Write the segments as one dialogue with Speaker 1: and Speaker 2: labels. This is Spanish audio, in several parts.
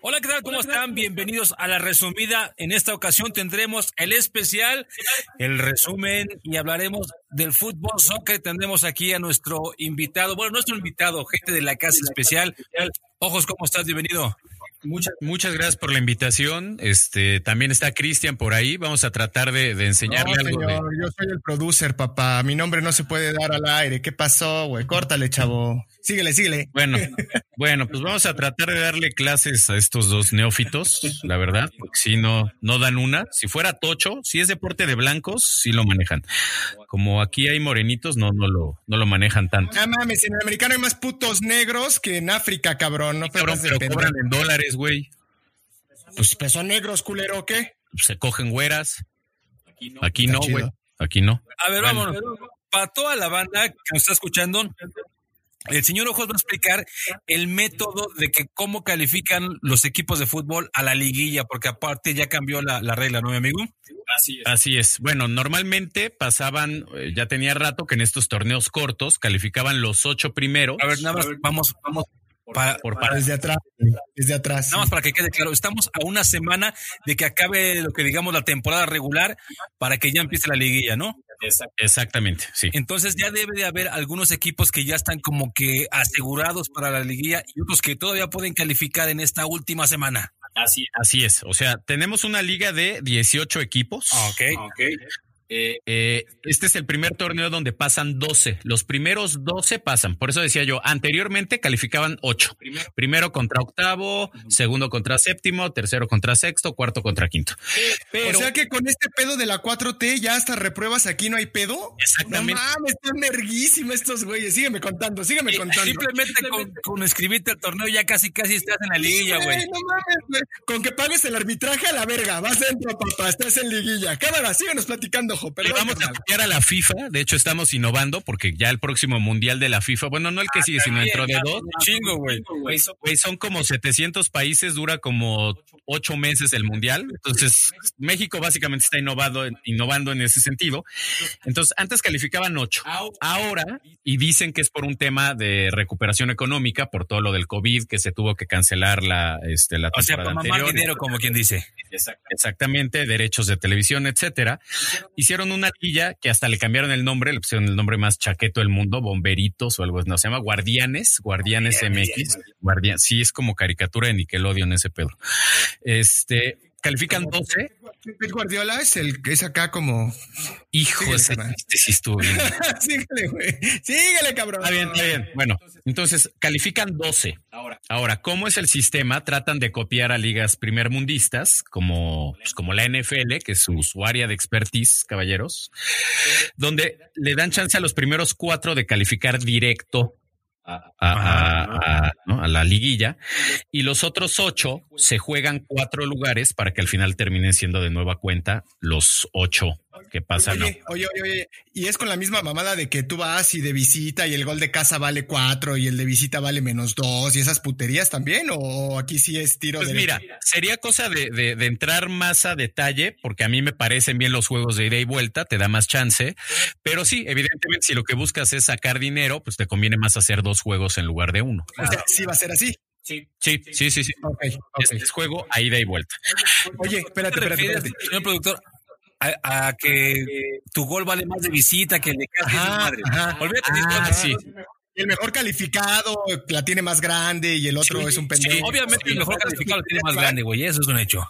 Speaker 1: Hola, ¿qué tal? ¿Cómo están? Bienvenidos a la resumida. En esta ocasión tendremos el especial, el resumen y hablaremos del fútbol soccer. Tendremos aquí a nuestro invitado, bueno, nuestro invitado, gente de la casa especial. Ojos, ¿cómo estás? Bienvenido.
Speaker 2: Muchas, muchas gracias por la invitación. Este también está Cristian por ahí. Vamos a tratar de, de enseñarle
Speaker 3: no, señor,
Speaker 2: algo.
Speaker 3: De... Yo soy el producer, papá. Mi nombre no se puede dar al aire. ¿Qué pasó, güey? Córtale, chavo. Síguele, síguele.
Speaker 2: Bueno, bueno, pues vamos a tratar de darle clases a estos dos neófitos, la verdad, porque si no, no dan una. Si fuera tocho, si es deporte de blancos, sí lo manejan. Como aquí hay morenitos, no, no lo, no lo manejan tanto.
Speaker 3: Ah, mames, en el americano hay más putos negros que en África, cabrón. No, sí,
Speaker 2: cabrón, pero cobran en dólares, güey.
Speaker 3: Pues, pues son negros, culero, ¿qué?
Speaker 2: Se cogen güeras. Aquí no, güey. Aquí, no, aquí no.
Speaker 1: A ver, bueno. vámonos. Para toda la banda que nos está escuchando, el señor Ojos va a explicar el método de que cómo califican los equipos de fútbol a la liguilla, porque aparte ya cambió la, la regla, ¿no, mi amigo?
Speaker 2: Así es. Así es. Bueno, normalmente pasaban, eh, ya tenía rato que en estos torneos cortos calificaban los ocho primeros.
Speaker 1: A ver, nada más, vamos, vamos.
Speaker 3: Para, por para. Desde atrás, desde atrás.
Speaker 1: Nada más para que quede claro, estamos a una semana de que acabe lo que digamos la temporada regular para que ya empiece la liguilla, ¿no?
Speaker 2: Exactamente, sí.
Speaker 1: Entonces ya debe de haber algunos equipos que ya están como que asegurados para la liguilla y otros que todavía pueden calificar en esta última semana.
Speaker 2: Así, así es. O sea, tenemos una liga de 18 equipos.
Speaker 1: Ok. okay.
Speaker 2: Eh, eh, este es el primer torneo donde pasan 12. Los primeros 12 pasan. Por eso decía yo, anteriormente calificaban 8. Primero, Primero contra octavo, uh -huh. segundo contra séptimo, tercero contra sexto, cuarto contra quinto.
Speaker 3: Pero, o sea que con este pedo de la 4T ya hasta repruebas aquí no hay pedo.
Speaker 2: Exactamente.
Speaker 3: No mames, están merguísimos estos güeyes. Sígueme contando, sígueme contando.
Speaker 1: eh, Simplemente con, con escribirte el torneo ya casi casi estás en la liguilla, güey. Sí,
Speaker 3: no mames, güey. Con que pagues el arbitraje a la verga. Vas dentro, papá, estás en liguilla. Cámara, síguenos platicando,
Speaker 2: pero Le vamos a copiar a la FIFA. De hecho, estamos innovando porque ya el próximo mundial de la FIFA, bueno, no el que ah, sigue, sino dentro de dos. pues,
Speaker 1: Chingo, güey.
Speaker 2: Son como 700 países, dura como ocho meses el mundial. Entonces, México básicamente está innovado, innovando en ese sentido. Entonces, antes calificaban ocho. Ahora, y dicen que es por un tema de recuperación económica, por todo lo del COVID, que se tuvo que cancelar la, este, la
Speaker 1: O sea, para mamar dinero, como quien dice.
Speaker 2: Exactamente, derechos de televisión, etcétera. Hicieron hicieron una tilla que hasta le cambiaron el nombre, le pusieron el nombre más chaqueto del mundo, Bomberitos o algo, no, se llama Guardianes, Guardianes MX, Guardianes, sí, es como caricatura de Nickelodeon ese pedo. Este, califican 12.
Speaker 3: El Guardiola es el que es acá como...
Speaker 2: Hijo, de ese chiste sí estuvo bien.
Speaker 3: Síguele, güey. Síguele, cabrón.
Speaker 2: Está bien, está bien. Bueno, entonces califican 12. Ahora, ahora ¿cómo es el sistema? Tratan de copiar a ligas primermundistas, como, pues, como la NFL, que es su, su, área de expertise, caballeros, donde le dan chance a los primeros cuatro de calificar directo a, a, a, ¿no? a, la liguilla y los otros ocho se juegan cuatro lugares para que al final terminen siendo de nueva cuenta los ocho que pasan.
Speaker 3: Oye, oye, oye, oye, y es con la misma mamada de que tú vas y de visita y el gol de casa vale cuatro y el de visita vale menos dos y esas puterías también o aquí sí es tiro
Speaker 2: pues
Speaker 3: de...
Speaker 2: Mira, sería cosa de, de, de entrar más a detalle porque a mí me parecen bien los juegos de ida y vuelta, te da más chance, pero sí, evidentemente si lo que buscas es sacar dinero, pues te conviene más hacer dos juegos en lugar de uno.
Speaker 3: O sea, sí va a ser así.
Speaker 2: Sí, sí, sí, sí. sí. Okay, okay. Este es juego a ida y vuelta.
Speaker 3: Oye, espérate, espérate, espérate.
Speaker 1: Señor productor, a, a, que tu gol vale más de visita que el de casa madre. Ajá.
Speaker 3: Olvídate ah, de sí. El mejor calificado la tiene más grande y el otro sí, es un pendejo. Sí,
Speaker 1: obviamente el mejor calificado la tiene más grande, güey. Eso es un hecho.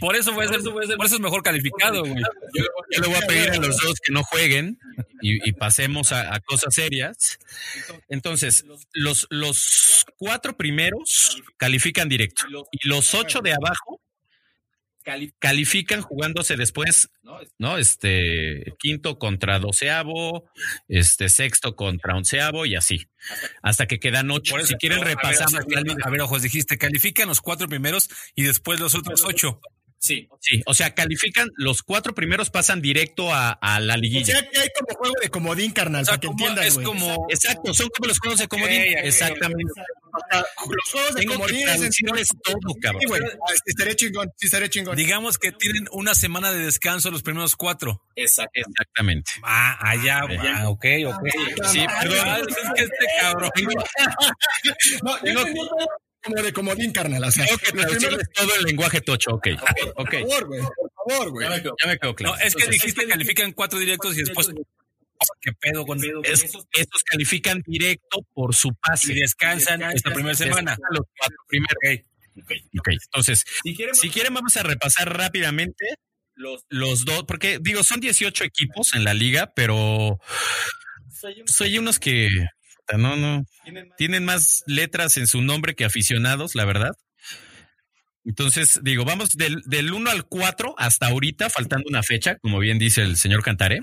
Speaker 1: Por eso, puede ser, por eso es mejor calificado, güey.
Speaker 2: Yo, yo, le voy a pedir a los dos que no jueguen y, y pasemos a, a, cosas serias. Entonces, los, los cuatro primeros califican directo y los ocho de abajo califican jugándose después, ¿no? Este quinto contra doceavo, este sexto contra onceavo y así, hasta que quedan ocho. Eso, si quieren no, repasar,
Speaker 1: a, ver, a ver, ojos, dijiste, califican los cuatro primeros y después los otros ocho.
Speaker 2: Sí, sí, o sea, califican, los cuatro primeros pasan directo a, a la liguilla.
Speaker 3: O sea, que hay como juego de comodín, carnal, o sea, para que entiendan.
Speaker 2: Es como, exacto, son como los juegos de comodín. Okay, Exactamente. Okay,
Speaker 3: okay. Los juegos de Tengo comodín
Speaker 2: es todo, cabrón.
Speaker 3: Ah, Sí, bueno, estaré chingón, sí, estaré chingón.
Speaker 1: Digamos que tienen una semana de descanso los primeros cuatro.
Speaker 2: Exactamente. Exactamente.
Speaker 1: Ah, allá, ah, ok, ok. ah,
Speaker 2: Sí, perdón.
Speaker 1: Es que este cabrón.
Speaker 3: no, yo Tengo, como de comodín, carnal. O sea,
Speaker 2: Tengo que
Speaker 3: los
Speaker 2: traducirles
Speaker 3: primeros-
Speaker 2: todo el lenguaje tocho. Ok, ok.
Speaker 3: Por favor, güey. Por favor, güey.
Speaker 2: Ya me quedó claro.
Speaker 1: No, es que dijiste califican cuatro directos y después. Oh, ¿Qué pedo con.? eh,
Speaker 2: Es- estos califican directo por su pase.
Speaker 1: Y descansan esta primera semana.
Speaker 2: Descansan los cuatro primeros. Ok, Entonces,
Speaker 4: Si quieren,
Speaker 2: si quieren, vamos a repasar rápidamente los, los dos, porque digo, son 18 equipos en la liga, pero
Speaker 4: soy un-
Speaker 2: soy unos que puta, no, no
Speaker 4: tienen más-
Speaker 2: tienen más letras en su nombre que aficionados, la verdad. Entonces, digo, vamos del, del 1 al 4 hasta ahorita, faltando una fecha, como bien dice el señor Cantaré.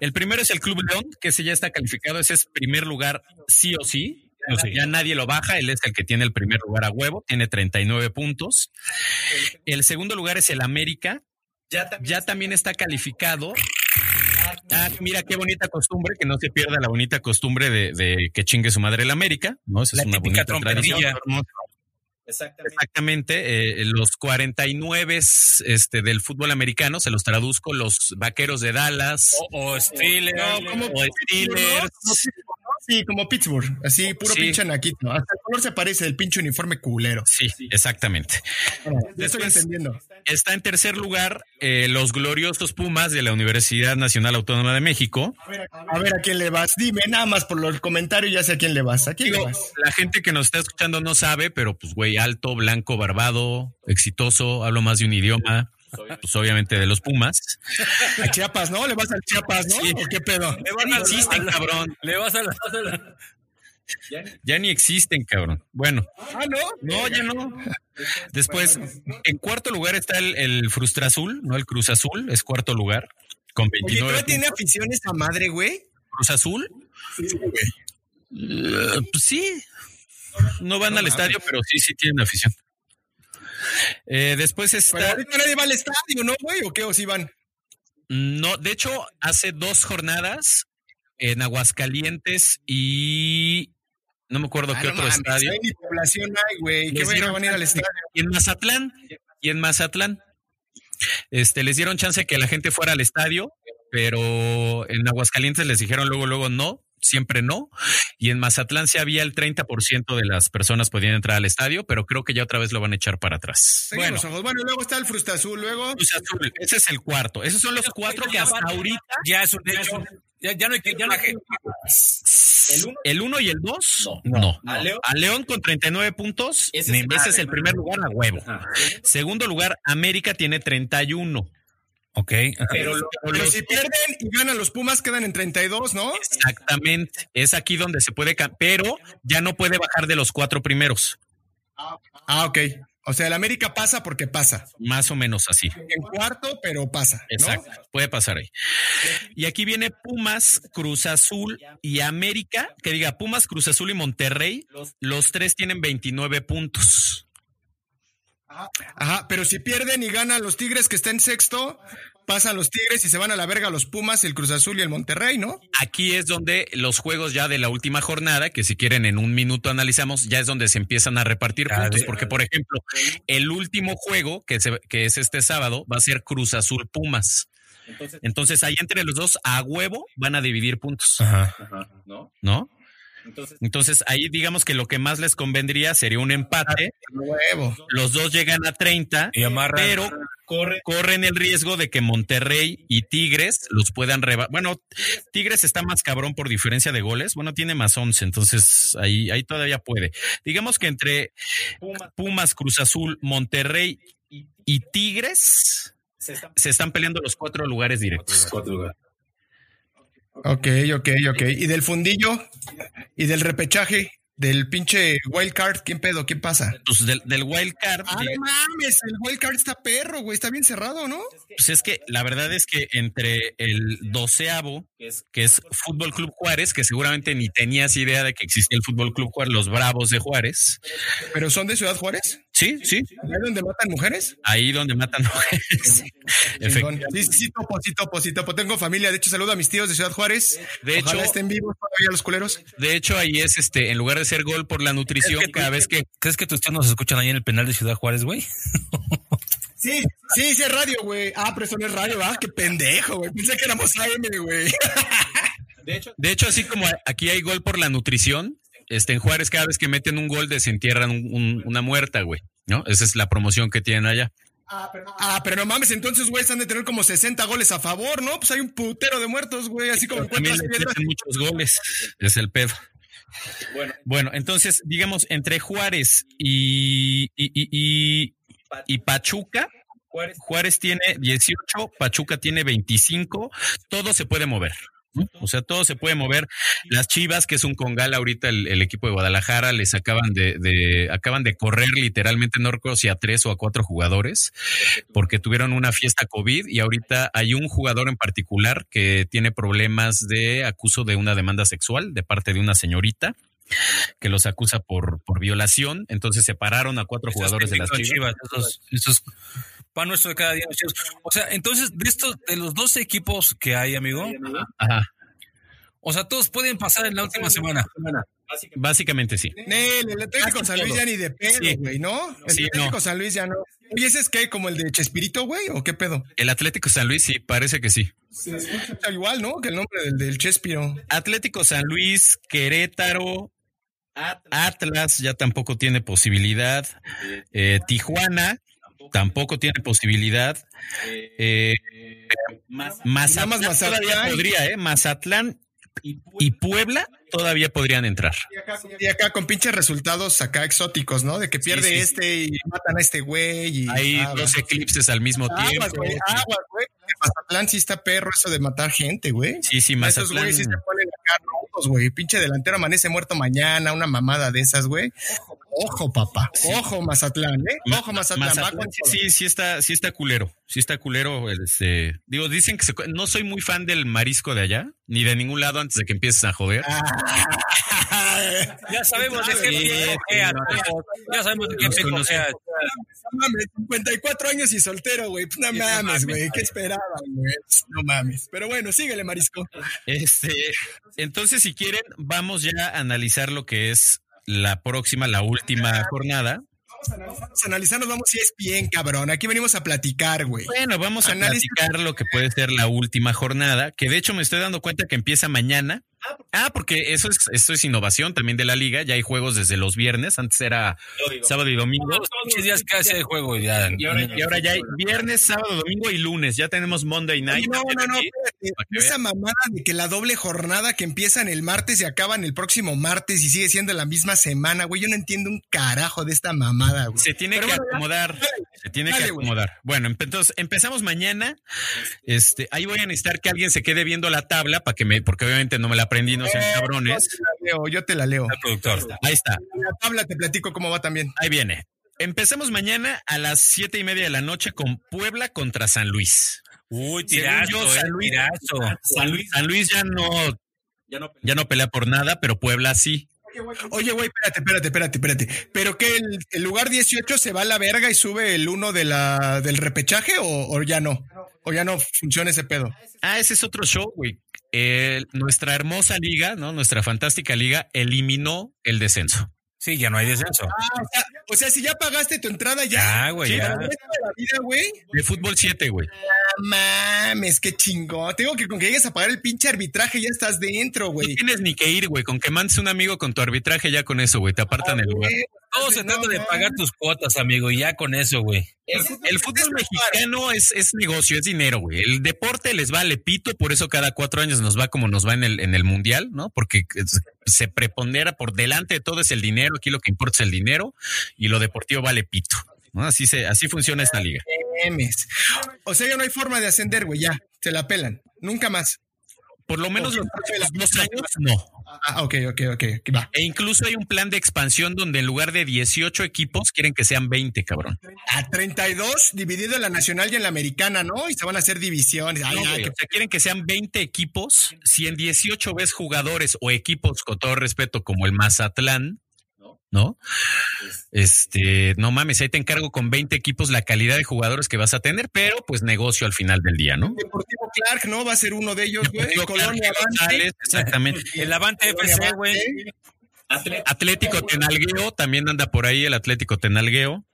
Speaker 2: El primero es el Club León, que ese ya está calificado, ese es primer lugar sí o sí. O sea, ya nadie lo baja, él es el que tiene el primer lugar a huevo, tiene 39 puntos. El segundo lugar es el América,
Speaker 4: Ya también.
Speaker 2: ya también está calificado. Ah, mira qué bonita costumbre, que no se pierda la bonita costumbre de, de que chingue su madre el América, ¿no? Esa
Speaker 1: La
Speaker 2: es una
Speaker 1: típica
Speaker 2: bonita tradición.
Speaker 1: trompetilla.
Speaker 4: Exactamente.
Speaker 2: Exactamente, eh, los 49 este, del fútbol americano, se los traduzco, los vaqueros de Dallas,
Speaker 1: O, o Steelers.
Speaker 3: No, ¿cómo?
Speaker 2: o Steelers,
Speaker 3: Sí, como Pittsburgh, así puro
Speaker 2: Sí.
Speaker 3: pinche naquito. Hasta el color se parece del pinche uniforme culero.
Speaker 2: sí, exactamente.
Speaker 3: Ya estoy
Speaker 2: Después-
Speaker 3: entendiendo.
Speaker 2: Está en tercer lugar eh, los gloriosos Pumas de la Universidad Nacional Autónoma de México.
Speaker 3: A ver a quién le vas. Dime nada más por los comentarios, ya sé a quién le vas. ¿A quién le
Speaker 2: Digo,
Speaker 3: vas?
Speaker 2: la gente que nos está escuchando no sabe, pero pues güey, alto, blanco, barbado, exitoso, hablo más de un idioma, pues obviamente de los Pumas.
Speaker 3: A Chiapas, ¿no? Le vas al Chiapas, ¿no?
Speaker 2: Sí.
Speaker 3: ¿O qué pedo?
Speaker 2: Ya ni existen, cabrón.
Speaker 1: Le vas a la.
Speaker 4: Ya ni-
Speaker 2: Ya ni existen, cabrón. Bueno,
Speaker 3: Ah, ¿no?
Speaker 2: no, ya no. Después, en cuarto lugar está el, el Frustra Azul, ¿no? El Cruz Azul es cuarto lugar con
Speaker 3: Oye,
Speaker 2: 29
Speaker 3: ¿todavía tiene
Speaker 2: puntos.
Speaker 3: afición esa madre, güey?
Speaker 2: Cruz Azul. Eh, pues sí. No van al estadio, pero sí, sí tienen afición. Eh, después
Speaker 3: Pero
Speaker 2: está.
Speaker 3: ahorita nadie va al estadio, ¿no, güey? ¿O qué? ¿O sí van?
Speaker 2: No, de hecho, hace dos jornadas en Aguascalientes y no me acuerdo qué
Speaker 3: Ah, no
Speaker 2: otro
Speaker 3: mames,
Speaker 2: estadio.
Speaker 3: ahí Ni población hay, güey. ¿Qué
Speaker 2: Les
Speaker 3: bueno
Speaker 2: dieron
Speaker 3: van a ir al estadio?
Speaker 2: Y en Mazatlán. Y en Mazatlán. Este, les dieron chance que la gente fuera al estadio, pero en Aguascalientes les dijeron luego, luego no, siempre no. Y en Mazatlán sí había el 30% de las personas podían entrar al estadio, pero creo que ya otra vez lo van a echar para atrás.
Speaker 3: Bueno.
Speaker 2: Bueno,
Speaker 3: Los ojos. bueno, luego está el Frusta Azul, luego.
Speaker 2: Cruz Azul, ese es el cuarto. Esos son los cuatro que hasta ahorita
Speaker 1: Ya es un hecho. Ya, ya no hay que. Ya no hay que-
Speaker 4: El uno-
Speaker 2: el 1 y el 2. No.
Speaker 4: no. A León.
Speaker 2: A León con 39 puntos.
Speaker 4: Ese
Speaker 2: Ese,
Speaker 4: es-
Speaker 2: es el primer lugar a huevo.
Speaker 4: Ajá.
Speaker 2: Segundo lugar, América tiene 31.
Speaker 1: Ok.
Speaker 4: Pero lo-
Speaker 2: Pero
Speaker 3: Pero
Speaker 2: los-
Speaker 3: si pierden y ganan los Pumas, quedan en 32, ¿no?
Speaker 2: Exactamente. Es aquí donde se puede, ca- pero ya no puede bajar de los cuatro primeros.
Speaker 3: Ah, ok. O sea, el América pasa porque pasa.
Speaker 2: Más o menos así.
Speaker 3: En cuarto, pero pasa. ¿no?
Speaker 2: Exacto. Puede pasar ahí. Y aquí viene Pumas, Cruz Azul y América. Que diga Pumas, Cruz Azul y Monterrey. Los tres tienen 29 puntos.
Speaker 3: Ajá, pero si pierden y ganan los Tigres que está en sexto, pasan los Tigres y se van a la verga los Pumas, el Cruz Azul y el Monterrey, ¿no?
Speaker 2: Aquí es donde los juegos ya de la última jornada, que si quieren en un minuto analizamos, ya es donde se empiezan a repartir
Speaker 1: Ya,
Speaker 2: puntos.
Speaker 1: de-
Speaker 2: Porque, por ejemplo, el último juego, que, se- que es este sábado, va a ser Cruz Azul Pumas.
Speaker 4: Entonces,
Speaker 2: Entonces, ahí entre los dos, a huevo, van a dividir puntos,
Speaker 1: Ajá.
Speaker 4: ajá, ¿no?
Speaker 2: ¿no?
Speaker 4: Entonces,
Speaker 2: Entonces, ahí digamos que lo que más les convendría sería un empate.
Speaker 3: Huevo.
Speaker 2: Los dos llegan a 30,
Speaker 1: Y amarra.
Speaker 2: pero
Speaker 4: corre.
Speaker 2: corren el riesgo de que Monterrey y Tigres los puedan reba. Bueno, Tigres está más cabrón por diferencia de goles. Bueno, tiene más 11, entonces ahí, ahí todavía puede. Digamos que entre
Speaker 4: Pumas
Speaker 2: Pumas, Cruz Azul, Monterrey
Speaker 4: y
Speaker 2: y Tigres
Speaker 4: se están
Speaker 2: se están peleando los cuatro lugares directos.
Speaker 3: Ok, ok, ok. ¿Y del fundillo? ¿Y del repechaje? ¿Del pinche wild card? ¿Quién pedo? ¿Quién pasa?
Speaker 2: Pues del, del wild card. eh,
Speaker 3: Ah, no mames, el wild card está perro, güey. Está bien cerrado, ¿no?
Speaker 2: Pues es que la verdad es que entre el doceavo,
Speaker 4: que es
Speaker 2: que es Fútbol Club Juárez, que seguramente ni tenías idea de que existía el Fútbol Club Juárez, los Bravos de Juárez.
Speaker 3: ¿Pero son de Ciudad Juárez?
Speaker 2: Sí, sí,
Speaker 3: ¿Ahí donde matan mujeres?
Speaker 2: ahí donde matan mujeres. Efectivamente.
Speaker 3: Chingón. Sí, sí, sí, topo, sí, topo, sí, topo. Tengo familia. De hecho, saludo a mis tíos de Ciudad Juárez.
Speaker 2: De
Speaker 3: Ojalá
Speaker 2: hecho-
Speaker 3: estén vivos todavía los culeros.
Speaker 2: De hecho, ahí es este, en lugar de ser gol por la nutrición,
Speaker 1: Es que-
Speaker 2: cada vez que
Speaker 1: ¿Crees que tus tíos nos escuchan ahí en el penal de Ciudad Juárez, güey?
Speaker 3: Sí, sí, sí, es radio, güey. Ah, pero eso no es radio, ¿verdad? Qué pendejo, güey. Pensé que éramos AM, güey.
Speaker 4: de hecho
Speaker 2: De hecho, así como aquí hay gol por la nutrición, este, en Juárez, cada vez que meten un gol, desentierran un- un- una muerta, güey. ¿No? Esa es la promoción que tienen allá.
Speaker 5: Ah, pero no.
Speaker 3: Ah, pero no mames, entonces, güey, se han de tener como 60 goles a favor, ¿no? Pues hay un putero de muertos, güey, así como
Speaker 2: También
Speaker 3: encuentras
Speaker 2: le
Speaker 3: piedras.
Speaker 2: meten muchos goles. Es el pedo.
Speaker 4: Bueno,
Speaker 2: Bueno, entonces, digamos, entre Juárez y, y, y- y- y Pachuca,
Speaker 4: Juárez,
Speaker 2: Juárez tiene 18, Pachuca tiene 25, todo se puede mover. ¿no? O sea, todo se puede mover. Las Chivas, que es un congal ahorita el, el equipo de Guadalajara, les acaban de, de- acaban de correr literalmente, no recuerdo si a tres o a cuatro jugadores, porque tuvieron una fiesta COVID y ahorita hay un jugador en particular que tiene problemas de acuso de una demanda sexual de parte de una señorita que los acusa por, por violación. Entonces separaron a cuatro jugadores de las Chivas.
Speaker 1: Esos, esos pan nuestro de cada día. los Chivas. O sea, entonces, de estos, de los 12 equipos que hay, amigo,
Speaker 2: Ajá,
Speaker 1: o sea, todos pueden pasar en la última semana.
Speaker 4: básicamente,
Speaker 2: básicamente sí.
Speaker 3: Nel, el Atlético San Luis ya ni de pedo,
Speaker 2: Sí.
Speaker 3: güey, ¿no? El
Speaker 2: Sí,
Speaker 3: Atlético
Speaker 2: no.
Speaker 3: San Luis ya no. Oye, ¿ese es qué? ¿Como el de Chespirito, güey? ¿O qué pedo?
Speaker 2: El Atlético San Luis, sí, parece que sí.
Speaker 5: se escucha.
Speaker 3: Está igual, ¿no? Que el nombre del, del Chespiro.
Speaker 2: Atlético San Luis, Querétaro, Atlas ya tampoco tiene posibilidad. Eh, Tijuana tampoco tiene posibilidad. Eh,
Speaker 3: Nada
Speaker 2: Mazatlán,
Speaker 3: más Mazatlán.
Speaker 2: todavía podría, ¿eh? Mazatlán y Puebla todavía podrían entrar.
Speaker 5: Y acá, y
Speaker 3: Y
Speaker 5: acá.
Speaker 3: acá con pinches resultados acá exóticos, ¿no? De que pierde
Speaker 2: sí.
Speaker 3: este y matan a este güey. Y...
Speaker 2: Hay
Speaker 3: Ah,
Speaker 2: dos eclipses al mismo tiempo.
Speaker 3: Aguas, güey, aguas, güey. porque Mazatlán sí está perro eso de matar gente, güey.
Speaker 2: Sí, sí,
Speaker 3: Esos
Speaker 2: Mazatlán.
Speaker 3: güeyes sí se ponen acá rotos, güey. Pinche delantero amanece muerto mañana, una mamada de esas, güey. Ojo, papá. Ojo, Mazatlán, ¿eh?
Speaker 2: Ma-
Speaker 3: Ojo, Mazatlán. va
Speaker 2: Mazatlán,
Speaker 3: con
Speaker 2: sí,
Speaker 3: todo.
Speaker 2: sí, sí está, sí está culero. Sí está culero. este, digo, dicen que se co- no soy muy fan del marisco de allá, ni de ningún lado antes de que empieces a joder.
Speaker 1: Ya sabemos de qué
Speaker 3: Sí,
Speaker 1: pie cojea, Tato. Ya sabemos de qué
Speaker 2: Los
Speaker 1: pie
Speaker 2: conozco.
Speaker 1: cojea.
Speaker 3: No mames, 54 años y soltero, güey. Pues No mames, güey. ¿Qué esperaba, güey? No mames. Pero bueno, síguele, Marisco.
Speaker 2: Este, entonces, si quieren, vamos ya a analizar lo que es la próxima, la última jornada.
Speaker 5: Vamos a analizar.
Speaker 3: Vamos a analizarnos, vamos si es bien, cabrón. Aquí venimos a platicar, güey.
Speaker 2: Bueno, vamos a
Speaker 3: Análisis.
Speaker 2: platicar lo que puede ser la última jornada, que de hecho me estoy dando cuenta que empieza mañana. Ah, porque eso es, eso es innovación también de la liga. Ya hay juegos desde los viernes. Antes era sábado y domingo.
Speaker 3: Ah,
Speaker 1: Todos los pinches días que hace de juego ya.
Speaker 2: Y ahora, y ahora ya hay viernes, sábado, domingo y lunes. Ya tenemos Monday Night.
Speaker 3: no, no, no,
Speaker 2: aquí.
Speaker 3: espérate.
Speaker 2: para que
Speaker 3: Esa mamada de que la doble jornada que empiezan el martes y acaban el próximo martes y sigue siendo la misma semana, güey. Yo no entiendo un carajo de esta mamada, güey.
Speaker 2: Se tiene
Speaker 3: Pero
Speaker 2: que
Speaker 3: bueno, ya.
Speaker 2: acomodar. Se tiene que
Speaker 3: Dale, güey.
Speaker 2: acomodar. Bueno, empe- entonces empezamos mañana. Este, ahí voy a necesitar que alguien se quede viendo la tabla para que me, porque obviamente no me la aprendí, no sean cabrones.
Speaker 3: Yo te la leo, yo te la leo.
Speaker 1: El productor.
Speaker 2: Ahí está,
Speaker 3: En la tabla te platico cómo va también.
Speaker 2: ahí viene. Empezamos mañana a las siete y media de la noche con Puebla contra San Luis.
Speaker 1: Uy,
Speaker 2: Según yo,
Speaker 1: tirazo, eh,
Speaker 2: San Luis-
Speaker 1: tirazo.
Speaker 4: San Luis
Speaker 2: San Luis ya no,
Speaker 4: ya no
Speaker 2: ya no pelea por nada, pero Puebla sí.
Speaker 5: Oye, güey,
Speaker 3: Oye, güey, espérate, espérate, espérate, espérate. ¿Pero que el, el lugar 18 se va a la verga y sube el uno de la, del repechaje o, o ya no? ¿O ya no funciona ese pedo?
Speaker 2: Ah, ese es otro show, güey. Eh, nuestra hermosa liga, ¿no? Nuestra fantástica liga eliminó el descenso.
Speaker 1: Sí, ya no hay descenso.
Speaker 3: Ah, o sea, o sea, si ya pagaste tu entrada, ya.
Speaker 1: Ya, güey,
Speaker 2: Sí,
Speaker 1: ya.
Speaker 3: Para el resto de la vida, güey.
Speaker 2: De fútbol 7, güey.
Speaker 3: No mames, qué chingón. Te digo que con que llegues a pagar el pinche arbitraje ya estás dentro,
Speaker 2: No
Speaker 3: güey.
Speaker 2: tienes ni que ir, güey. Con que mandes un amigo con tu arbitraje, ya con eso, güey. Te apartan el lugar.
Speaker 1: Todo se
Speaker 3: No
Speaker 1: trata de
Speaker 3: mames.
Speaker 1: pagar tus cuotas, amigo, y ya con eso, güey.
Speaker 2: El fútbol mexicano es, es negocio, es dinero, güey. El deporte les vale pito, por eso cada cuatro años nos va como nos va en el, en el mundial, ¿no? Porque es- se prepondera por delante de todo es el dinero. Aquí lo que importa es el dinero y lo deportivo vale pito. ¿no? Así, se, así funciona esta liga.
Speaker 3: Memes. O sea, ya no hay forma de ascender, güey, ya. Se la pelan. Nunca más.
Speaker 2: Por lo menos los próximos dos años, no.
Speaker 3: Ah, ok, ok, ok. ok, Va.
Speaker 2: E incluso hay un plan de expansión donde en lugar de 18 equipos quieren que sean 20, cabrón.
Speaker 3: A 32 dividido en la nacional y en la americana, ¿no? Y se van a hacer divisiones. Ay,
Speaker 2: No,
Speaker 3: ay,
Speaker 2: güey,
Speaker 3: qué
Speaker 2: o sea, quieren que sean 20 equipos. Si en 18 ves jugadores o equipos, con todo respeto, como el Mazatlán, ¿no? Este, no mames, ahí te encargo con 20 equipos la calidad de jugadores que vas a tener, pero pues negocio al final del día, ¿no?
Speaker 3: Deportivo Clark, ¿no? Va a ser uno de ellos, güey.
Speaker 2: Deportivo
Speaker 3: Colonia ¿eh?
Speaker 2: Carlos González, exactamente.
Speaker 1: El Avante
Speaker 3: Colonia
Speaker 1: FC,
Speaker 3: Avante.
Speaker 1: güey.
Speaker 2: Atlético Tenalgueo, también anda por ahí el Atlético Tenalgueo.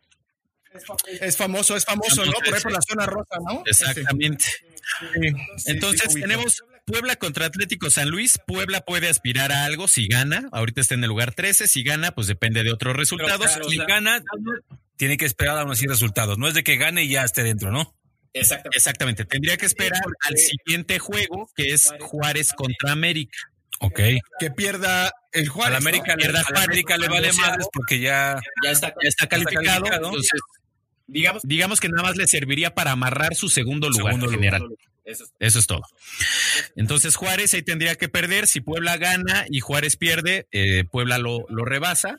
Speaker 5: es papel.
Speaker 3: Es famoso, es famoso, ¿no? Por ahí por la zona rosa, ¿no?
Speaker 2: Exactamente.
Speaker 3: Sí, sí, sí,
Speaker 2: Entonces
Speaker 3: ubico.
Speaker 2: tenemos Puebla contra Atlético San Luis. Puebla puede aspirar a algo si gana. Ahorita está en el lugar 13. Si gana, pues depende de otros
Speaker 1: Pero,
Speaker 2: resultados.
Speaker 1: claro,
Speaker 2: y
Speaker 1: si gana, tiene que esperar aún así resultados. No es de que gane y ya esté dentro, ¿no?
Speaker 4: Exactamente.
Speaker 2: Exactamente. Tendría que esperar al siguiente juego, que es Juárez contra América.
Speaker 1: Ok.
Speaker 3: Que pierda el
Speaker 1: A
Speaker 3: Juárez.
Speaker 1: la América,
Speaker 2: ¿no?
Speaker 1: le,
Speaker 2: Pierda
Speaker 1: a la
Speaker 2: Juárez,
Speaker 1: América le
Speaker 2: cuando
Speaker 1: vale
Speaker 2: sea-
Speaker 1: madres porque ya.
Speaker 4: Ya está.
Speaker 2: Ya está calificado.
Speaker 1: calificado.
Speaker 2: Entonces,
Speaker 4: Digamos.
Speaker 2: digamos que nada más le serviría para amarrar su segundo lugar
Speaker 1: Segundo lugar.
Speaker 2: general.
Speaker 4: Eso es.
Speaker 2: Eso es todo. Entonces Juárez ahí tendría que perder. Si Puebla gana y Juárez pierde, eh, Puebla lo, lo rebasa,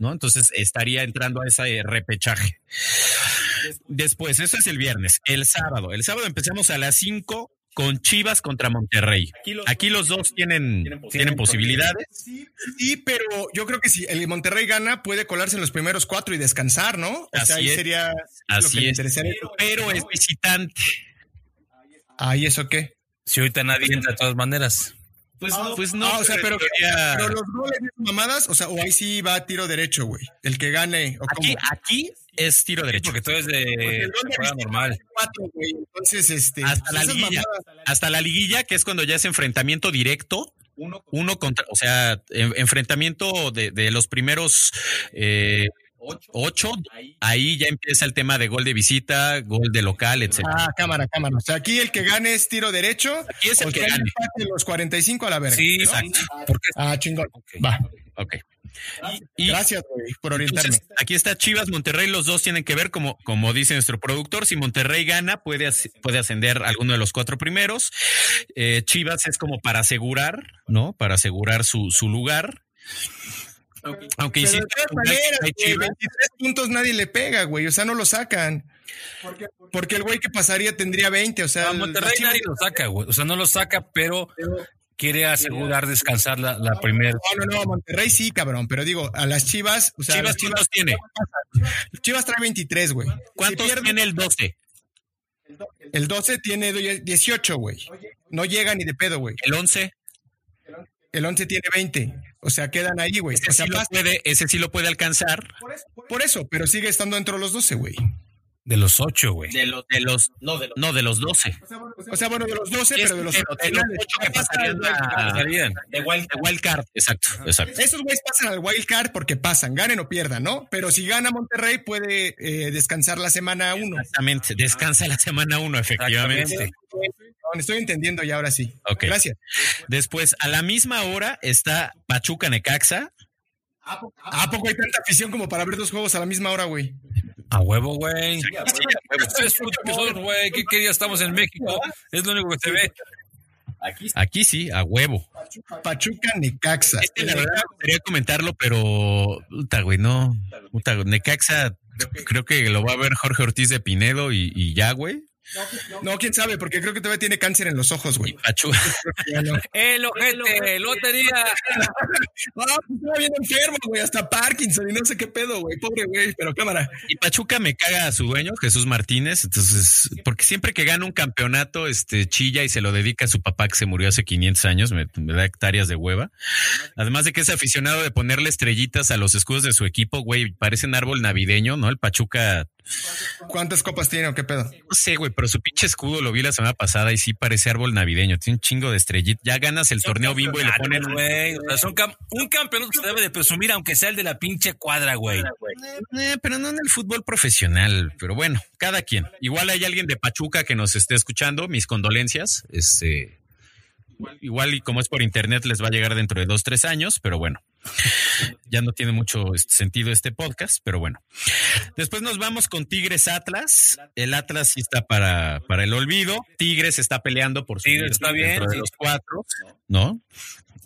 Speaker 2: ¿no? Entonces estaría entrando a ese eh, repechaje. Después, eso es el viernes. El sábado. El sábado empezamos a las 5 con Chivas contra Monterrey.
Speaker 4: Aquí los,
Speaker 2: Aquí los dos tienen,
Speaker 4: Tienen
Speaker 2: tienen posibilidades.
Speaker 3: Sí, sí, pero yo creo que si el Monterrey gana, puede colarse en los primeros cuatro y descansar, ¿no? O sea,
Speaker 2: Así
Speaker 3: ahí
Speaker 2: es.
Speaker 3: sería lo que
Speaker 2: Así
Speaker 3: le
Speaker 2: es.
Speaker 3: interesaría.
Speaker 2: Pero es visitante.
Speaker 3: Ahí eso qué.
Speaker 1: Si ahorita nadie entra de todas maneras.
Speaker 2: Pues
Speaker 3: Ah,
Speaker 2: no, pues no.
Speaker 3: ah, o sea, pero-
Speaker 2: sería-
Speaker 3: Pero los goles de esas mamadas, o sea, o ahí sí va a tiro derecho, güey. El que gane, o como
Speaker 2: aquí, aquí es tiro derecho.
Speaker 1: Porque todo es
Speaker 3: Porque
Speaker 1: Pues, de
Speaker 3: el gol de
Speaker 1: temporada
Speaker 3: visita-
Speaker 1: normal.
Speaker 3: cuatro, güey. Entonces, este.
Speaker 2: Hasta
Speaker 3: pues
Speaker 2: la
Speaker 3: esas
Speaker 2: liguilla.
Speaker 3: mamadas,
Speaker 2: Hasta la liguilla, que es cuando ya es enfrentamiento directo,
Speaker 4: uno con
Speaker 2: uno contra, o sea, en- enfrentamiento de, de los primeros eh,
Speaker 4: ocho.
Speaker 2: ocho,
Speaker 4: Ahí.
Speaker 2: ahí ya empieza el tema de gol de visita, gol de local, etcétera.
Speaker 3: Ah, cámara, cámara. O sea, aquí el que gane es tiro derecho.
Speaker 2: Aquí es
Speaker 3: o
Speaker 2: el que
Speaker 3: sea,
Speaker 2: gane.
Speaker 3: empate los 45 a la verga.
Speaker 1: Sí,
Speaker 3: ¿no?
Speaker 1: exacto. Porque
Speaker 3: Ah, chingón.
Speaker 1: Ok.
Speaker 3: Va.
Speaker 2: Ok. Y,
Speaker 3: Gracias, güey, por orientarme.
Speaker 2: entonces, aquí está Chivas, Monterrey, los dos tienen que ver, como, como dice nuestro productor, si Monterrey gana, puede, as- puede ascender alguno de los cuatro primeros. Eh, Chivas es como para asegurar, ¿no? Para asegurar su, su lugar.
Speaker 4: Ok.
Speaker 2: Aunque
Speaker 3: Pero de
Speaker 2: insisto,
Speaker 3: todas
Speaker 2: hay-
Speaker 3: maneras,
Speaker 2: hay
Speaker 3: güey,
Speaker 2: Chivas.
Speaker 3: 23 puntos nadie le pega, güey. O sea, no lo sacan.
Speaker 5: ¿Por qué?
Speaker 3: Porque el güey que pasaría tendría 20. O sea,
Speaker 1: a
Speaker 3: el-
Speaker 1: Monterrey nadie lo saca, güey. O sea, no lo saca, pero quiere asegurar descansar la, la primera.
Speaker 3: No, no, no, Monterrey sí, cabrón. Pero digo, a las Chivas. O sea,
Speaker 2: Chivas,
Speaker 3: las
Speaker 2: ¿cuántos tiene?
Speaker 3: Chivas trae 23, güey.
Speaker 2: ¿Cuántos
Speaker 3: Si pierde,
Speaker 2: tiene el 12?
Speaker 3: El 12 tiene do- 18, güey. No llega ni de pedo, güey.
Speaker 2: ¿El 11?
Speaker 3: El 11 tiene 20. O sea, quedan ahí, güey.
Speaker 2: Ese
Speaker 3: O
Speaker 2: Este
Speaker 3: sea,
Speaker 2: sí, lo
Speaker 3: pasa-
Speaker 2: puede, ese sí lo puede alcanzar.
Speaker 5: Por eso, por
Speaker 3: por eso, pero sigue estando dentro de los 12, güey.
Speaker 1: De los ocho, güey.
Speaker 2: De los, de los,
Speaker 4: No, de los.
Speaker 2: no, de los 12.
Speaker 5: eso, o sea, bueno, o sea,
Speaker 3: O sea, bueno, de los 12, pero de los,
Speaker 2: Pero de los
Speaker 3: finales.
Speaker 2: ocho que pasarían
Speaker 1: Ah,
Speaker 2: a-
Speaker 1: está bien.
Speaker 4: De Wild
Speaker 2: a wild card. Exacto, exacto.
Speaker 3: Esos güeyes pasan al wild card porque pasan, ganen o pierdan, ¿no? Pero si gana Monterrey, puede eh, descansar la semana 1.
Speaker 2: Exactamente. Descansa la semana 1, efectivamente.
Speaker 1: Exactamente.
Speaker 3: Estoy entendiendo ya ahora sí.
Speaker 2: Ok.
Speaker 3: Gracias.
Speaker 2: Después, a la misma hora está Pachuca Necaxa.
Speaker 5: ¿a poco- a-
Speaker 3: ¿A poco hay tanta afición como para ver dos juegos a la misma hora, güey?
Speaker 1: A huevo, güey.
Speaker 4: Card.
Speaker 1: Esto es fútbol, güey. ¿Qué, qué día estamos en México? Es lo único que se ve.
Speaker 4: Aquí está.
Speaker 2: Aquí sí, a huevo.
Speaker 3: Pachuca Necaxa.
Speaker 2: Este, la verdad, me gustaría comentarlo, pero. Puta, güey, no. Puta, güey, Necaxa, creo que lo va a ver Jorge Ortiz de Pinedo y, y ya, güey.
Speaker 3: No, quién sabe, porque creo que todavía tiene cáncer en los ojos,
Speaker 2: Y
Speaker 3: güey.
Speaker 2: Pachuca.
Speaker 3: Ya no.
Speaker 1: El ojete, lotería.
Speaker 3: Ah, pues estaba bien enfermo, güey, hasta Parkinson y no sé qué pedo, güey, pobre güey, pero cámara.
Speaker 2: Y Pachuca me caga a su dueño, Jesús Martínez. Entonces, porque siempre que gana un campeonato, este chilla y se lo dedica a su papá que se murió hace 500 años, me, me da hectáreas de hueva. Además de que es aficionado de ponerle estrellitas a los escudos de su equipo, güey, parecen árbol navideño, ¿no? El Pachuca,
Speaker 3: ¿Cuántas copas tiene o qué pedo?
Speaker 2: no sé, güey, pero su pinche escudo lo vi la semana pasada y sí parece árbol navideño. Tiene un chingo de estrellitas. Ya ganas el torneo bimbo y le ponen un-
Speaker 1: Güey, o sea, son cam- un campeonato que se debe de presumir, aunque sea el de la pinche cuadra, güey.
Speaker 2: Eh, pero no en el fútbol profesional. Pero bueno, cada quien. Igual hay alguien de Pachuca que nos esté escuchando. Mis condolencias. Este, igual y como es por internet les va a llegar dentro de dos, tres años. Pero bueno, ya no tiene mucho este, sentido este podcast. Pero bueno. Después nos vamos con Tigres Atlas. El Atlas sí está para, para el olvido. Tigres está peleando por
Speaker 1: Tigres está bien,
Speaker 2: dentro de
Speaker 1: sí.
Speaker 2: los cuatro, ¿no?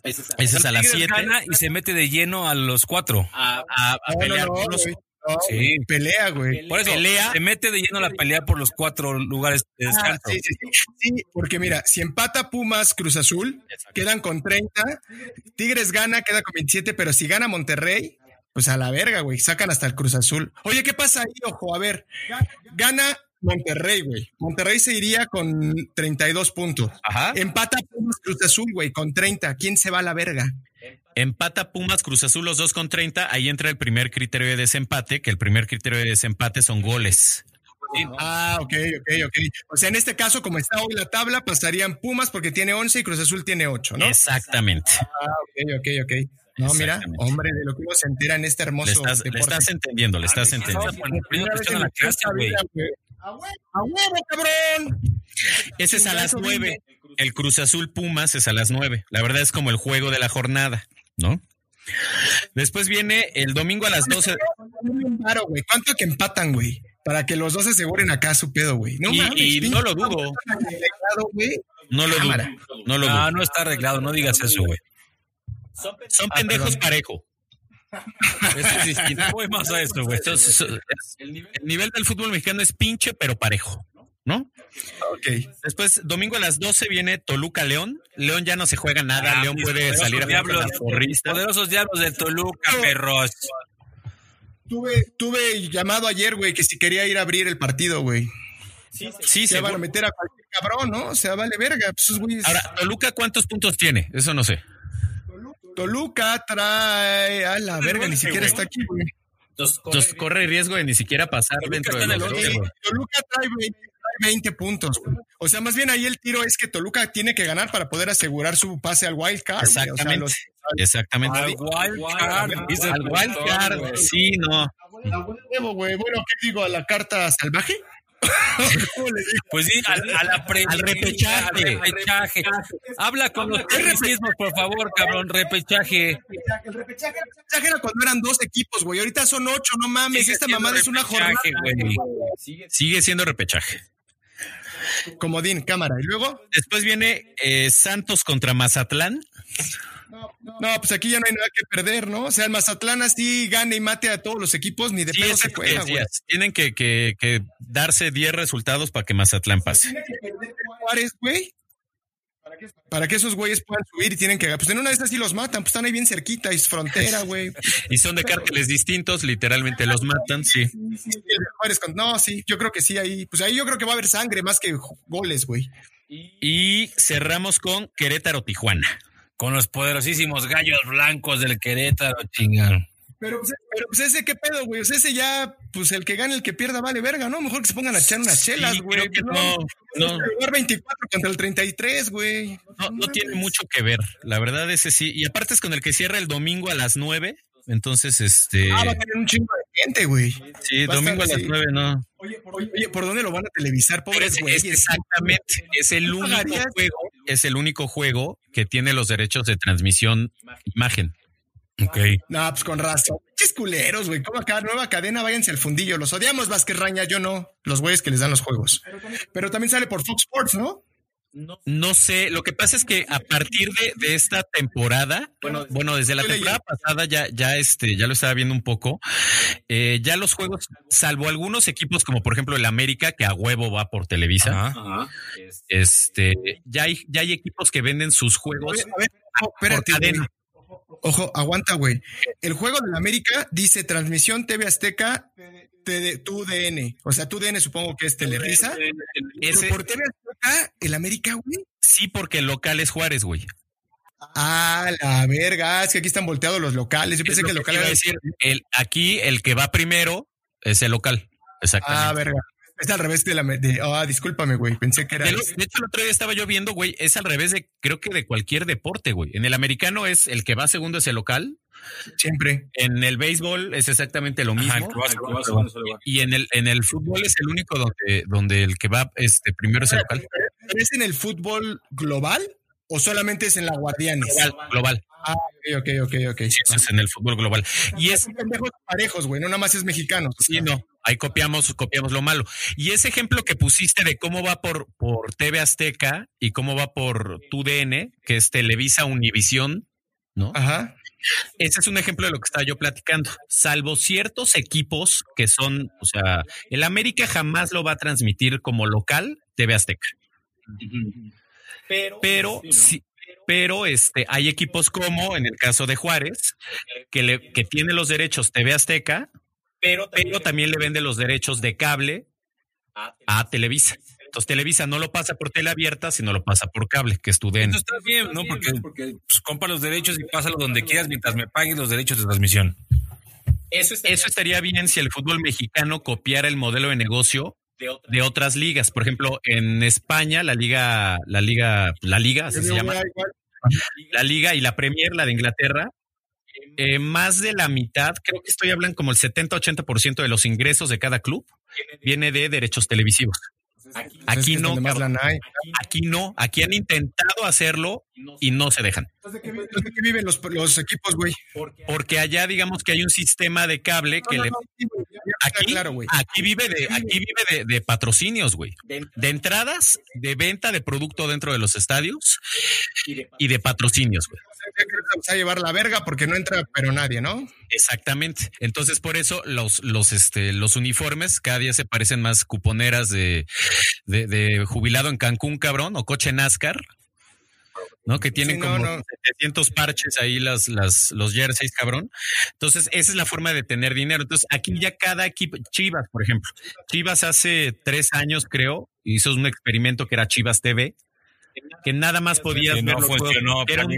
Speaker 4: Ese es-
Speaker 2: Ese es a las
Speaker 1: Tigres
Speaker 2: siete.
Speaker 1: gana y se mete de lleno a los cuatro.
Speaker 4: Ah,
Speaker 2: A, a
Speaker 3: No,
Speaker 2: pelear
Speaker 3: no, no,
Speaker 2: por los-
Speaker 3: güey. No,
Speaker 1: Sí.
Speaker 3: güey, pelea, güey.
Speaker 1: Por eso,
Speaker 2: Pelea.
Speaker 1: se mete de lleno a la pelea por los cuatro lugares de descanso.
Speaker 3: Ah, Sí, sí, sí. Sí, porque mira, si empata Pumas Cruz Azul, quedan con 30, Tigres gana, queda con 27, pero si gana Monterrey, pues a la verga, güey, sacan hasta el Cruz Azul. Oye, ¿qué pasa ahí? Ojo, a ver, gana Monterrey, güey. Monterrey se iría con 32 puntos.
Speaker 2: Ajá.
Speaker 3: Empata Pumas Cruz Azul, güey, con 30. ¿Quién se va a la verga?
Speaker 2: Empata Pumas, Cruz Azul los dos con 30. Ahí entra el primer criterio de desempate, que el primer criterio de desempate son goles.
Speaker 1: sí, ¿no?
Speaker 3: Ah, ok, ok, ok. O sea, en este caso, como está hoy la tabla, pasarían Pumas porque tiene 11 y Cruz Azul tiene 8, ¿no?
Speaker 2: Exactamente.
Speaker 3: Ah, ok, ok, ok. No, mira,
Speaker 2: Exactamente.
Speaker 3: hombre, de lo que uno se entera en este hermoso
Speaker 2: Le estás, le
Speaker 3: deporte.
Speaker 2: estás entendiendo, le estás
Speaker 1: Ah,
Speaker 2: entendiendo.
Speaker 1: no, bueno, primero
Speaker 3: Primera
Speaker 1: te
Speaker 3: vez
Speaker 1: echan
Speaker 3: en
Speaker 1: a la
Speaker 3: mi
Speaker 1: clase,
Speaker 3: puta
Speaker 1: güey.
Speaker 3: vida, güey. ¡A huevo, a huevo, cabrón!
Speaker 2: Ese es a las
Speaker 3: Chingazo,
Speaker 2: nueve. El Cruz Azul Pumas es a las nueve. La verdad es como el juego de la jornada, ¿no? Después viene el domingo a las 12
Speaker 3: Ponle un varo, güey. ¿Cuánto que empatan, güey? Para que los dos aseguren acá su pedo, güey. No
Speaker 2: Y-
Speaker 3: mames.
Speaker 2: y
Speaker 3: pinche
Speaker 2: no lo dudo.
Speaker 3: tan delegado, güey.
Speaker 2: No lo dudo.
Speaker 3: Cámara.
Speaker 2: No lo
Speaker 1: No,
Speaker 3: Ah,
Speaker 2: dudo.
Speaker 1: no está arreglado, no digas eso, güey.
Speaker 2: Son pendejos
Speaker 3: Ah, perdón.
Speaker 2: parejo. Eso es distinto.
Speaker 1: No voy más a esto, güey.
Speaker 2: Eso es- eso es- el nivel del fútbol mexicano es pinche, pero parejo, ¿no?
Speaker 3: Ok.
Speaker 2: Después, domingo a las 12 viene Toluca León. León ya no se juega nada.
Speaker 1: Ah,
Speaker 2: León
Speaker 1: mis
Speaker 2: puede
Speaker 1: poderosos
Speaker 2: salir a jugar con
Speaker 1: diablos.
Speaker 2: las porristas.
Speaker 1: Poderosos diablos de Toluca, perros.
Speaker 3: Tuve, tuve llamado ayer, güey, que si quería ir a abrir el partido, güey.
Speaker 2: Sí,
Speaker 3: Se van a
Speaker 2: seguro.
Speaker 3: meter a cualquier cabrón, ¿no? O sea, vale verga. Pues esos güeyes.
Speaker 2: Ahora, Toluca, ¿cuántos puntos tiene? Eso no sé.
Speaker 3: Toluca trae a
Speaker 2: Pues,
Speaker 3: la verga, ni siquiera está aquí, güey.
Speaker 2: Entonces, corre riesgo de ni siquiera pasar
Speaker 1: Toluca
Speaker 2: dentro
Speaker 1: está
Speaker 2: de
Speaker 1: en el
Speaker 2: los
Speaker 1: once,
Speaker 2: doce,
Speaker 3: Sí,
Speaker 2: güey.
Speaker 3: Toluca trae 20, trae 20 puntos. güey. O sea, más bien ahí el tiro es que Toluca tiene que ganar para poder asegurar su pase al wild card. güey. O sea,
Speaker 2: Exactamente.
Speaker 3: los-
Speaker 2: Exactamente.
Speaker 1: Al wild card, dice
Speaker 2: Al
Speaker 1: el
Speaker 2: wild
Speaker 1: productor,
Speaker 2: card,
Speaker 1: güey.
Speaker 2: sí, no.
Speaker 3: Huevo, güey. Bueno, ¿qué digo? ¿A la carta salvaje? ¿Cómo le digo?
Speaker 1: Pues sí, al, a la pre-
Speaker 2: Al repechaje.
Speaker 1: al repechaje. Habla con los tecnicismos, por favor, cabrón, repechaje.
Speaker 3: Mensaje era cuando eran dos equipos, güey. Ahorita son ocho, no mames.
Speaker 1: Sigue
Speaker 3: Esta
Speaker 1: siendo
Speaker 3: mamada es una jornada.
Speaker 1: repechaje, güey.
Speaker 2: Sigue siendo repechaje.
Speaker 3: Comodín, cámara. ¿Y luego?
Speaker 2: Después viene eh, Santos contra Mazatlán.
Speaker 3: No, pues aquí ya no hay nada que perder, ¿no? O sea, el Mazatlán así gane y mate a todos los equipos, ni de
Speaker 2: Sí,
Speaker 3: pedo
Speaker 2: es lo
Speaker 3: se
Speaker 2: que
Speaker 3: juega, güey.
Speaker 2: decías. Tienen que, que- que darse 10 resultados para que Mazatlán pase.
Speaker 3: Juárez, güey. Para que esos güeyes puedan subir y tienen que. Pues en una de estas sí los matan, pues están ahí bien cerquita, es frontera, güey.
Speaker 2: Y son de cárteles distintos, literalmente los matan, sí.
Speaker 3: Sí, el de Juárez con- No, sí, yo creo que sí, ahí. Pues ahí yo creo que va a haber sangre más que ju- goles, güey.
Speaker 2: Y cerramos con Querétaro Tijuana.
Speaker 1: Con los poderosísimos gallos blancos del Querétaro, chingado.
Speaker 3: Pero pues, pero, pues, ese qué pedo, güey. O sea, ese ya, pues el que gane, el que pierda, vale verga, ¿no? Mejor que se pongan a echar unas chelas,
Speaker 2: Sí,
Speaker 3: güey.
Speaker 2: creo que
Speaker 3: Pues,
Speaker 2: no, no,
Speaker 3: El lugar 24 contra el 33, güey.
Speaker 2: no, no tiene mucho que ver. La verdad, ese sí. Y aparte es con el que cierra el domingo a las 9. Entonces, este.
Speaker 3: Ah, va a tener un chingo de gente, güey.
Speaker 2: Sí,
Speaker 3: va a
Speaker 2: domingo a
Speaker 3: estar
Speaker 2: las
Speaker 3: así.
Speaker 2: 9, no.
Speaker 3: Oye, ¿por dónde lo van a televisar,
Speaker 2: Pero
Speaker 3: pobres
Speaker 2: es-
Speaker 3: güeyes?
Speaker 2: es exactamente, es el
Speaker 3: ¿Tú
Speaker 2: único
Speaker 3: pagarías?
Speaker 2: juego, es el único juego que tiene los derechos de transmisión imagen.
Speaker 1: Ok.
Speaker 3: No, pues con razón. Pinches culeros, güey. Como acá, nueva cadena, váyanse al fundillo. Los odiamos, Vázquez Raña, yo no. Los güeyes que les dan los juegos. Pero también sale por Fox Sports, ¿no?
Speaker 2: No sé, lo que pasa es que a partir de, de esta temporada, bueno, bueno, desde la
Speaker 3: estoy
Speaker 2: temporada pasada ya, ya este, ya lo estaba viendo un poco, eh, ya los juegos, salvo algunos equipos como por ejemplo el América que a huevo va por Televisa,
Speaker 1: Ajá.
Speaker 2: este, ya hay, ya hay equipos que venden sus juegos
Speaker 3: Oye, a ver, no,
Speaker 2: por
Speaker 3: espérate,
Speaker 2: cadena.
Speaker 3: güey. Ojo, aguanta, güey. El juego de la América dice transmisión TV Azteca, TD, tu DN. O sea, tu DN supongo que es Telerisa. Pero
Speaker 2: Ese-
Speaker 3: por TV Azteca, el América, güey.
Speaker 2: sí, porque el local es Juárez, güey.
Speaker 3: Ah, la verga. Es que aquí están volteados los locales. Yo pensé
Speaker 2: Es
Speaker 3: que el
Speaker 2: lo
Speaker 3: local
Speaker 2: te iba
Speaker 3: era
Speaker 2: a decir, el, aquí el que va primero es el local.
Speaker 3: Ah,
Speaker 2: Exactamente.
Speaker 3: verga. Es al revés de la. de- Ah, discúlpame, güey. Pensé que era.
Speaker 2: de, lo- de hecho, el otro día estaba yo viendo, güey, es al revés de, creo que de cualquier deporte, güey. En el americano es el que va segundo es el local,
Speaker 3: Siempre.
Speaker 2: en el béisbol es exactamente lo mismo.
Speaker 1: Ajá, el que va a ser
Speaker 4: Al que
Speaker 1: bueno,
Speaker 4: va
Speaker 1: bueno, bueno.
Speaker 2: y en el, en el fútbol es el único donde, donde el que va este, primero es el local.
Speaker 3: ¿Pero es en el fútbol global o solamente es en la Guardianes?
Speaker 2: Global, global.
Speaker 3: Ah, ok, ok, ok, ok.
Speaker 2: Sí, eso es en el fútbol global. Y es,
Speaker 3: Son pendejos parejos, güey. No nada más es mexicano.
Speaker 2: Sí, no. Ahí copiamos, copiamos lo malo. Y ese ejemplo que pusiste de cómo va por, por TV Azteca y cómo va por TUDN, que es Televisa Univisión, ¿no?
Speaker 3: Ajá.
Speaker 2: Ese es un ejemplo de lo que estaba yo platicando. Salvo ciertos equipos que son, o sea, el América jamás lo va a transmitir como local TV Azteca.
Speaker 4: Pero,
Speaker 2: Pero este, sí, pero este, hay equipos como, en el caso de Juárez, que, le, que tiene los derechos TV Azteca,
Speaker 4: pero,
Speaker 2: pero también le vende los derechos de cable a Televisa. Entonces Televisa no lo pasa por tele abierta, sino lo pasa por cable, que es tu DN.
Speaker 1: Esto está bien, ¿no? Porque, pues, compra los derechos y pásalo donde quieras mientras me paguen los derechos de transmisión.
Speaker 4: eso es
Speaker 2: Eso estaría bien si el fútbol mexicano copiara el modelo de negocio de otras, de otras ligas. Por ejemplo, en España, la liga, la liga, la liga, así se llama. La liga y la Premier, la de Inglaterra, eh, más de la mitad, creo que estoy hablando como el 70-80% de los ingresos de cada club viene de derechos televisivos. Aquí,
Speaker 3: pues,
Speaker 2: aquí no, aquí no, aquí han intentado hacerlo y no se dejan.
Speaker 3: ¿De qué viven los, los equipos, güey?
Speaker 2: Porque allá digamos que hay un sistema de cable que no, no, no, le... Aquí, aquí vive de, aquí vive de, de patrocinios, güey. De entradas, de venta de producto dentro de los estadios y de patrocinios, güey
Speaker 3: Ah, a llevar la verga porque no entra pero nadie, ¿no?
Speaker 2: Exactamente. Entonces, por eso los, los, este, los uniformes cada día se parecen más cuponeras de, de, de jubilado en Cancún, cabrón, o coche NASCAR. ¿no? Que tienen sí, no, como no. 700 parches ahí las, las, los jerseys, cabrón. Entonces, esa es la forma de tener dinero. Entonces, aquí ya cada equipo, Chivas, por ejemplo. Chivas hace tres años, creo, hizo un experimento que era Chivas TV, que nada más podías ver
Speaker 1: no funcionó, pues,
Speaker 2: era, un,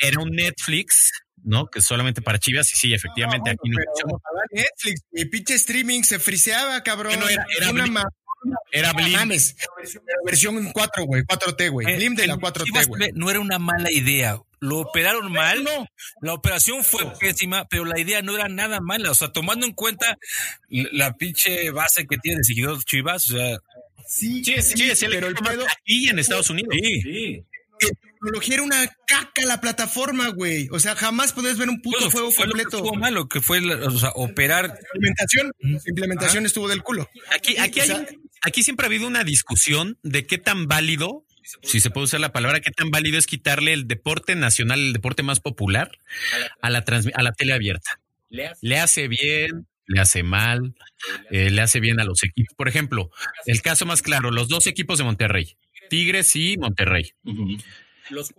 Speaker 2: era, un, Netflix, ¿no? Que solamente para Chivas, y sí, efectivamente,
Speaker 3: no,
Speaker 2: aquí
Speaker 3: no Netflix, mi pinche streaming se friseaba, cabrón.
Speaker 2: No, era, era, una Blim. Era Blim. Eh,
Speaker 3: Mames. Versión 4, güey, 4T, güey. Blim de la 4T, güey.
Speaker 1: No era una mala idea. Lo operaron mal, no. la operación fue pésima, pero la idea no era nada mala. O sea, tomando en cuenta la pinche base que tiene de seguidores Chivas, o sea,
Speaker 2: Sí, sí, sí, sí, es el pero el pedo aquí en Estados Unidos. Sí. sí.
Speaker 3: La tecnología era una caca la plataforma, güey. O sea, jamás podés ver un puto Todo juego
Speaker 1: fue
Speaker 3: completo.
Speaker 1: Lo que malo que fue o sea, operar.
Speaker 3: Su implementación, su
Speaker 2: Ah.
Speaker 3: implementación Ajá. estuvo del culo.
Speaker 2: Aquí, aquí, hay, o sea, aquí siempre ha habido una discusión de qué tan válido, si se puede usar la palabra, qué tan válido es quitarle el deporte nacional, el deporte más popular, a la, a la tele abierta. Le hace bien, le hace mal, eh, le hace bien a los equipos. Por ejemplo, el caso más claro, los dos equipos de Monterrey, Tigres y Monterrey. Uh -huh.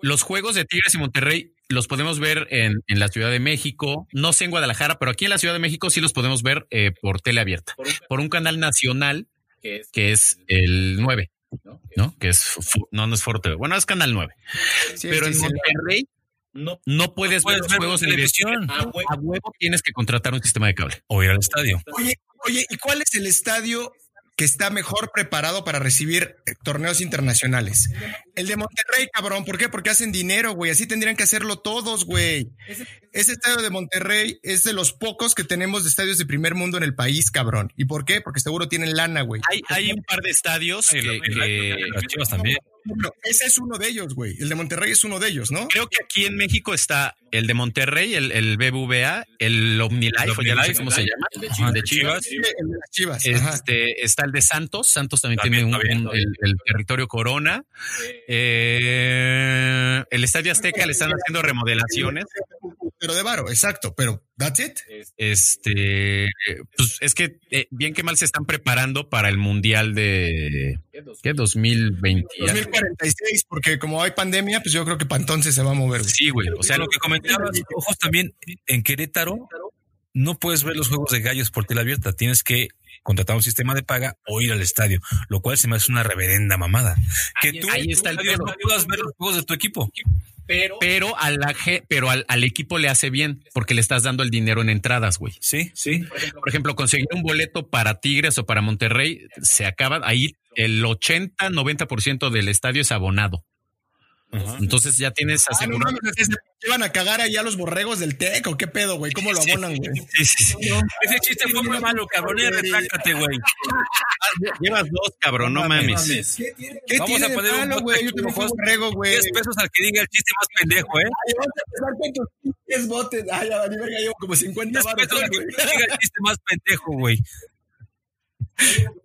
Speaker 2: Los juegos de Tigres y Monterrey los podemos ver en, en, la Ciudad de México, no sé en Guadalajara, pero aquí en la Ciudad de México sí los podemos ver eh, por tele abierta, por un canal nacional que es el 9, ¿no? Que es, no, no es Forte, bueno, es Canal 9. Sí, pero sí, en Monterrey no, ah, no, puedes, no puedes ver, los ver juegos en televisión. A huevo, a huevo tienes que contratar un sistema de cable
Speaker 1: o ir al estadio.
Speaker 3: Oye, oye, ¿y cuál es el estadio que está mejor preparado para recibir eh, torneos internacionales? El de Monterrey, cabrón. ¿Por qué? Porque hacen dinero, güey. Así tendrían que hacerlo todos, güey. Ese estadio de Monterrey es de los pocos que tenemos de estadios de primer mundo en el país, cabrón. ¿Y por qué? Porque seguro tienen lana, güey.
Speaker 2: Hay, hay un par de estadios que, que, que
Speaker 1: los chivas también.
Speaker 3: Bueno, ese es uno de ellos, güey. El de Monterrey es uno de ellos, ¿no?
Speaker 2: Creo que aquí en México está el de Monterrey, el, el BBVA, el OmniLife, el Omnilife, no sé cómo se llama.
Speaker 1: El de Chivas. Ajá, de Chivas.
Speaker 3: Sí, el de Chivas
Speaker 2: este, está el de Santos. Santos también, también tiene un, bien, un, el, el, territorio Corona. Eh, el Estadio Azteca le están haciendo remodelaciones.
Speaker 3: Pero de varo, exacto, pero that's it.
Speaker 2: Este, pues es que eh, bien que mal se están preparando para el Mundial de ¿qué? 2020.
Speaker 3: 2046, porque como hay pandemia, pues yo creo que para entonces se va a mover.
Speaker 2: Güey. Sí, güey. O sea,
Speaker 1: lo que comentabas, ojos también en Querétaro, no puedes ver los juegos de gallos por tela abierta, tienes que contratar un sistema de paga o ir al estadio, lo cual se me hace una reverenda mamada. Que ahí tú,
Speaker 2: ahí está el
Speaker 1: no puedas ver los juegos de tu equipo.
Speaker 2: Pero, pero, a la, pero al, al, equipo le hace bien porque le estás dando el dinero en entradas, güey.
Speaker 1: Sí, sí. Por
Speaker 2: ejemplo, Por ejemplo, conseguir un boleto para Tigres o para Monterrey se acaba. Ahí el 80, 90% del estadio es abonado. Ajá. Entonces ya tienes asegurado. Ah, no,
Speaker 3: no, no, ¿Iban a cagar allá los borregos del TEC o qué pedo, güey? ¿Cómo lo abonan, güey?
Speaker 1: Sí, sí, sí. Ese chiste fue muy malo, cabrón. Retráctate, güey.
Speaker 2: Llevas dos, cabrón. No mames. mames.
Speaker 3: ¿Qué tiene, ¿Qué Vamos tiene a poner malo, un bote, Yo tengo un borrego, güey.
Speaker 1: 10 pesos al que diga el chiste más pendejo, ¿eh?
Speaker 3: Ay, vamos a empezar con tus pinches botes. Ay, a la verga, llevo como 50
Speaker 1: baros. 10 pesos al que diga el chiste más pendejo, güey.